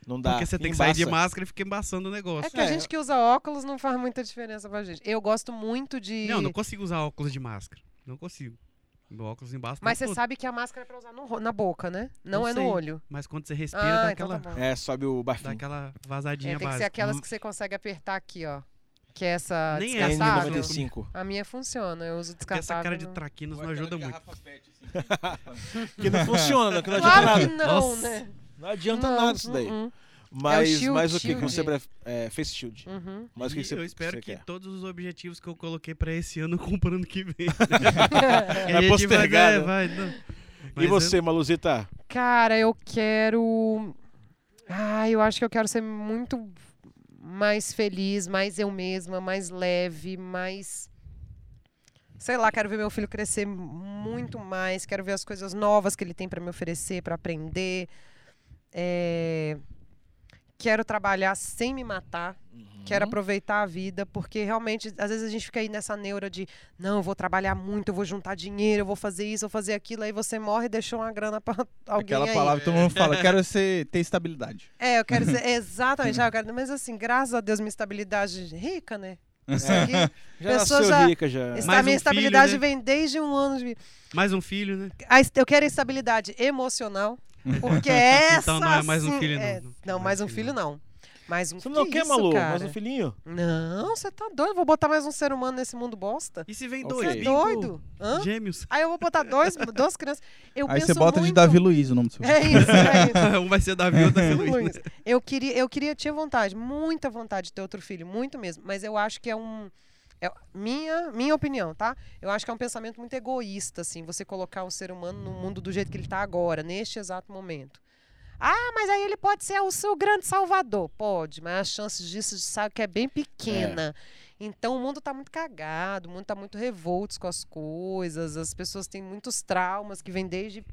S1: Não dá.
S3: porque você tem que sair de
S1: Embaça.
S3: máscara e fica embaçando o negócio.
S2: É que a
S1: É.
S2: gente que usa óculos não faz muita diferença pra gente. Eu gosto muito de.
S3: Não, não consigo usar óculos de máscara. Não consigo. Meu óculos embaixo.
S2: Mas
S3: tá
S2: você
S3: todo.
S2: sabe que a máscara é pra usar no ro- na boca, né? Não
S3: Eu
S2: é
S3: sei.
S2: no olho.
S3: Mas quando você respira, dá
S2: Ah, então
S3: aquela,
S2: tá bom.
S1: É, sobe o
S3: dá
S1: barfinho.
S3: aquela
S2: É,
S3: vazadinha
S2: tem que ser
S3: básica.
S2: aquelas
S3: Hum,
S2: que você consegue apertar aqui, ó. Que é essa
S3: Nem é
S2: descartável.
S1: N95.
S2: a minha funciona, eu uso
S3: porque Essa
S2: descartável.
S3: cara de
S2: no-
S3: traquinas não ajuda muito.
S4: assim.
S1: Que não funciona, que não adianta
S2: Claro que
S1: nada.
S2: não,
S3: tá Nossa. tá
S2: né?
S1: Não adianta
S2: Não,
S1: nada isso daí.
S2: uh-uh,
S1: Mas,
S2: shield,
S1: mas o que, que você...
S2: shield.
S1: pref- É, face shield.
S2: uhum.
S1: Mas o que,
S3: E
S1: que você
S3: eu espero
S1: você
S3: que
S1: quer?
S3: todos os objetivos que eu coloquei pra esse ano eu compro ano que vem. Que a
S1: Vai
S3: gente
S1: postergar,
S3: é,
S1: né?
S3: vai, não.
S1: E
S3: Mas eu-
S1: você, Maluzita?
S2: Cara, eu quero. Ah, eu acho que eu quero ser muito mais feliz, mais eu mesma, mais leve, mais. Sei lá, quero ver meu filho crescer muito mais, quero ver as coisas novas que ele tem pra me oferecer, pra aprender. É, Quero trabalhar sem me matar,
S4: Uhum.
S2: quero aproveitar a vida, porque realmente, às vezes a gente fica aí nessa neura de não, eu vou trabalhar muito, eu vou juntar dinheiro, eu vou fazer isso, eu vou fazer aquilo, aí você morre e deixou uma grana pra alguém
S4: Aquela
S2: aí.
S4: palavra que todo mundo fala, quero ser, ter estabilidade.
S2: É, eu quero dizer, exatamente, ah, eu quero- mas assim, graças a Deus, minha estabilidade rica, né? Isso aqui
S1: Já
S2: Pessoas
S1: nasceu
S2: já-
S1: rica, já.
S2: Esta-
S3: Mais
S2: a
S3: um
S2: minha
S3: filho,
S2: estabilidade
S3: né?
S2: vem desde um ano de.
S3: Mais um filho, né?
S2: A est- Eu quero estabilidade emocional, porque essa.
S3: Então não é mais um
S2: sim
S3: filho, não.
S2: é-
S3: Não, é
S2: Não, mais um filho, não. Mais um
S1: Você
S2: filho.
S1: não quer, maluco?
S2: Cara?
S1: Mais um filhinho?
S2: Não, você tá doido? Vou botar mais um ser humano nesse mundo bosta?
S3: E se vem
S1: Ok.
S3: dois?
S2: Você
S1: Sim.
S2: é
S3: Bingo?
S2: doido? Hã?
S3: Gêmeos.
S2: Aí eu vou botar dois, duas crianças. Eu
S4: Aí
S2: penso
S4: você bota
S2: muito...
S4: de Davi Luiz o nome do seu
S2: É isso, é isso.
S3: um vai ser Davi, outro vai ser Luiz.
S2: Luiz, eu queria, eu queria ter vontade, muita vontade de ter outro filho, muito mesmo. Mas eu acho que é um. é minha, minha opinião, tá? Eu acho que é um pensamento muito egoísta, assim, você colocar um ser humano no mundo do jeito que ele tá agora, neste exato momento. Ah, mas aí ele pode ser o seu grande salvador. Pode, mas a chance disso sabe que é bem pequena. Então o mundo tá muito cagado, o mundo tá muito revolto com as coisas, as pessoas têm muitos traumas que vêm desde.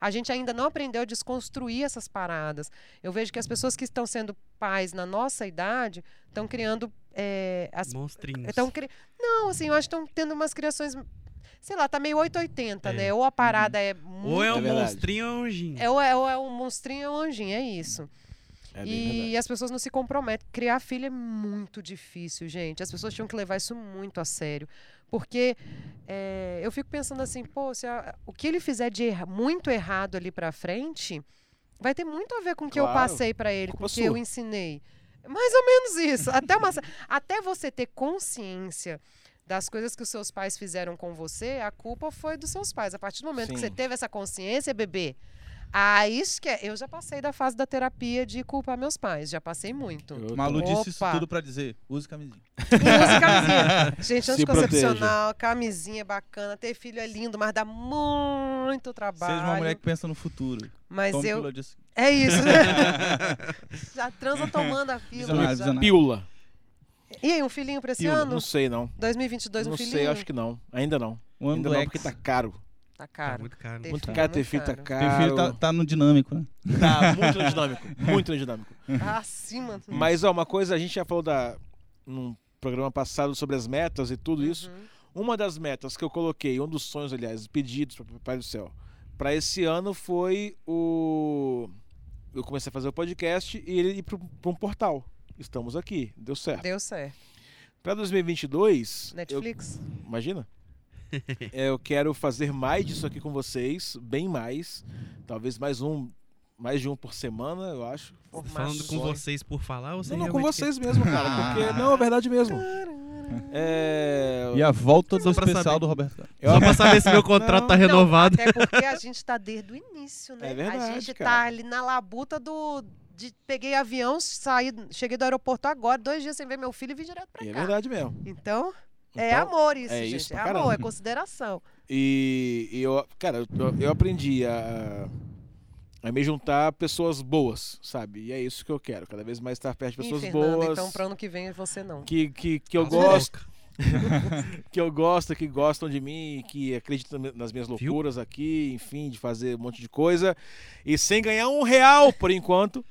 S2: A gente ainda não aprendeu a desconstruir essas paradas. Eu vejo que as pessoas que estão sendo pais na nossa idade
S3: Uhum.
S2: estão criando. é, as-
S3: Monstrinhos.
S2: então, cri- Não, assim, eu acho que estão tendo umas criações. Sei lá, tá meio 880,
S3: É.
S2: né? Ou a parada é muito.
S3: ou é um
S1: É verdade.
S3: monstrinho ou é um anjinho.
S2: É, ou é, ou é um monstrinho ou um anjinho, é isso.
S1: É bem verdade.
S2: e as pessoas não se comprometem. Criar filho é muito difícil, gente. As pessoas tinham que levar isso muito a sério. Porque é, eu fico pensando assim, pô, se a- o que ele fizer de erra- muito errado ali pra frente vai ter muito a ver com o que eu
S1: Claro.
S2: passei pra ele, com o
S1: Culpa
S2: que eu
S1: sua.
S2: ensinei. Mais ou menos isso. Até, uma, até você ter consciência das coisas que os seus pais fizeram com você, a culpa foi dos seus pais. A partir do momento que
S1: Sim.
S2: você teve essa consciência, bebê, aí esque... eu já passei da fase da terapia de culpar meus pais, já passei muito.
S1: Eu tô-
S4: Malu disse isso
S2: Opa.
S4: tudo pra dizer, use camisinha.
S2: E usa camisinha. Gente,
S1: Se
S2: anticoncepcional, camisinha bacana, ter filho é lindo, mas dá muito trabalho.
S4: Seja uma mulher que pensa no futuro.
S2: Mas
S4: Tome
S2: eu.
S4: pílula disso.
S2: É isso, né? já transa tomando a pílula.
S4: Visionário,
S2: já.
S4: visionário.
S1: Pílula.
S2: E aí, um filhinho pra esse
S4: Pílula,
S2: ano?
S1: Não sei, não.
S2: 2022, um
S1: Não
S2: filhinho?
S1: sei, acho que não. Ainda não.
S4: O ano
S1: Ainda
S4: do
S3: é
S1: não,
S4: X.
S1: porque tá caro.
S2: Tá
S3: Tá
S2: caro.
S3: muito caro.
S2: Tem
S1: Muito
S2: filho,
S1: caro,
S2: muito
S1: ter filho tá
S2: é caro.
S4: Teu filho
S1: caro.
S4: tá, tá no dinâmico, né?
S1: Tá muito dinâmico. Muito dinâmico.
S2: Ah, sim, mano.
S1: Mas, ó, uma coisa, a gente já falou da, num programa passado sobre as metas e tudo isso.
S2: Uhum.
S1: Uma das metas que eu coloquei, um dos sonhos, aliás, pedidos para Pai do Céu, para esse ano foi o. Eu comecei a fazer o podcast e ele ir para um portal. Estamos aqui, deu certo.
S2: Deu certo.
S1: Para 2022, eu,
S2: Netflix?
S1: imagina? É, eu quero fazer mais disso aqui com vocês, bem mais. Talvez mais um, mais de um por semana, eu acho.
S2: Porra,
S3: Falando
S2: mas
S3: com
S2: sonho.
S3: vocês por falar ou você
S1: Não, não, com
S3: realmente quer-
S1: vocês mesmo, cara. Porque, não, é verdade mesmo. É,
S4: E a volta do
S3: Só pra
S4: especial
S3: saber.
S4: do Roberto Carlos.
S1: eu-
S3: Só pra saber se meu contrato tá
S2: Não,
S3: renovado.
S2: até porque a gente tá desde o início, né?
S1: É verdade,
S2: a gente tá
S1: cara.
S2: ali na labuta do. De, peguei avião, saí, cheguei do aeroporto agora, dois dias sem ver meu filho e vim direto pra
S1: e é
S2: cá.
S1: verdade mesmo.
S2: Então, é
S1: Então,
S2: amor isso,
S1: é
S2: gente.
S1: isso
S2: é
S1: pra
S2: amor,
S1: caramba.
S2: é consideração.
S1: E, e eu, cara, eu, eu aprendi a, a me juntar a pessoas boas, sabe? E é isso que eu quero, cada vez mais estar perto de pessoas
S2: Ih, Fernando,
S1: boas.
S2: então pro ano que vem você não.
S1: que, que, que eu
S3: Nossa,
S1: gosto,
S3: louca.
S1: que eu gosto, que gostam de mim, que acreditam nas minhas
S3: Viu?
S1: loucuras aqui, enfim, de fazer um monte de coisa. E sem ganhar um real por enquanto.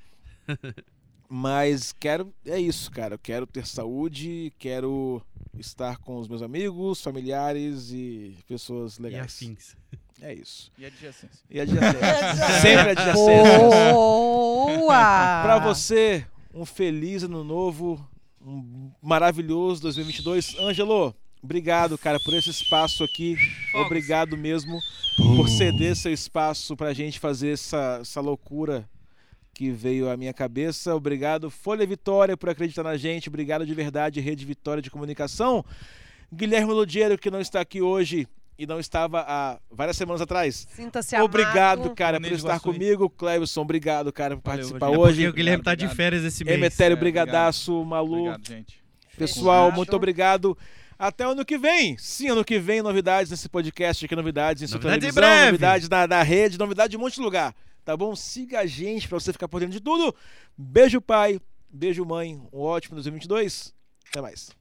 S1: Mas quero, é isso, cara. Eu quero ter saúde, quero estar com os meus amigos, familiares e pessoas
S3: E
S1: legais.
S3: afins.
S1: É isso.
S4: E adjacência.
S1: E adjacências. Sempre adjacências.
S2: Boa!
S1: Ah, Pra você, um feliz ano novo, um maravilhoso 2022. Ângelo, obrigado, cara, por esse espaço aqui.
S3: Fogos.
S1: Obrigado mesmo por ceder seu espaço pra gente fazer essa, essa loucura que veio à minha cabeça. Obrigado, Folha Vitória, por acreditar na gente. Obrigado de verdade, Rede Vitória de Comunicação. Guilherme Ludiero, que não está aqui hoje e não estava há várias semanas atrás.
S2: Sinta-se
S1: Obrigado,
S2: amado.
S1: cara,
S4: Valeu,
S1: por estar
S4: Iguaçu.
S1: comigo. Clebson, obrigado, cara, por participar
S4: Rogério.
S3: Porque
S1: hoje.
S3: o Guilherme tá de
S4: obrigado.
S3: férias esse mês.
S1: Emetério,
S4: É, obrigado.
S1: brigadaço. Malu,
S4: Obrigado, gente.
S1: pessoal,
S2: Fechado.
S1: muito obrigado. Até ano que vem. Sim, ano que vem, novidades nesse podcast aqui, novidades em sua
S3: Novidades em
S1: televisão,
S3: breve.
S1: novidades na, na rede, novidade de um monte de lugar. Tá bom? Siga a gente pra você ficar por dentro de tudo. Beijo, pai. Beijo, mãe. Um ótimo 2022. Até mais.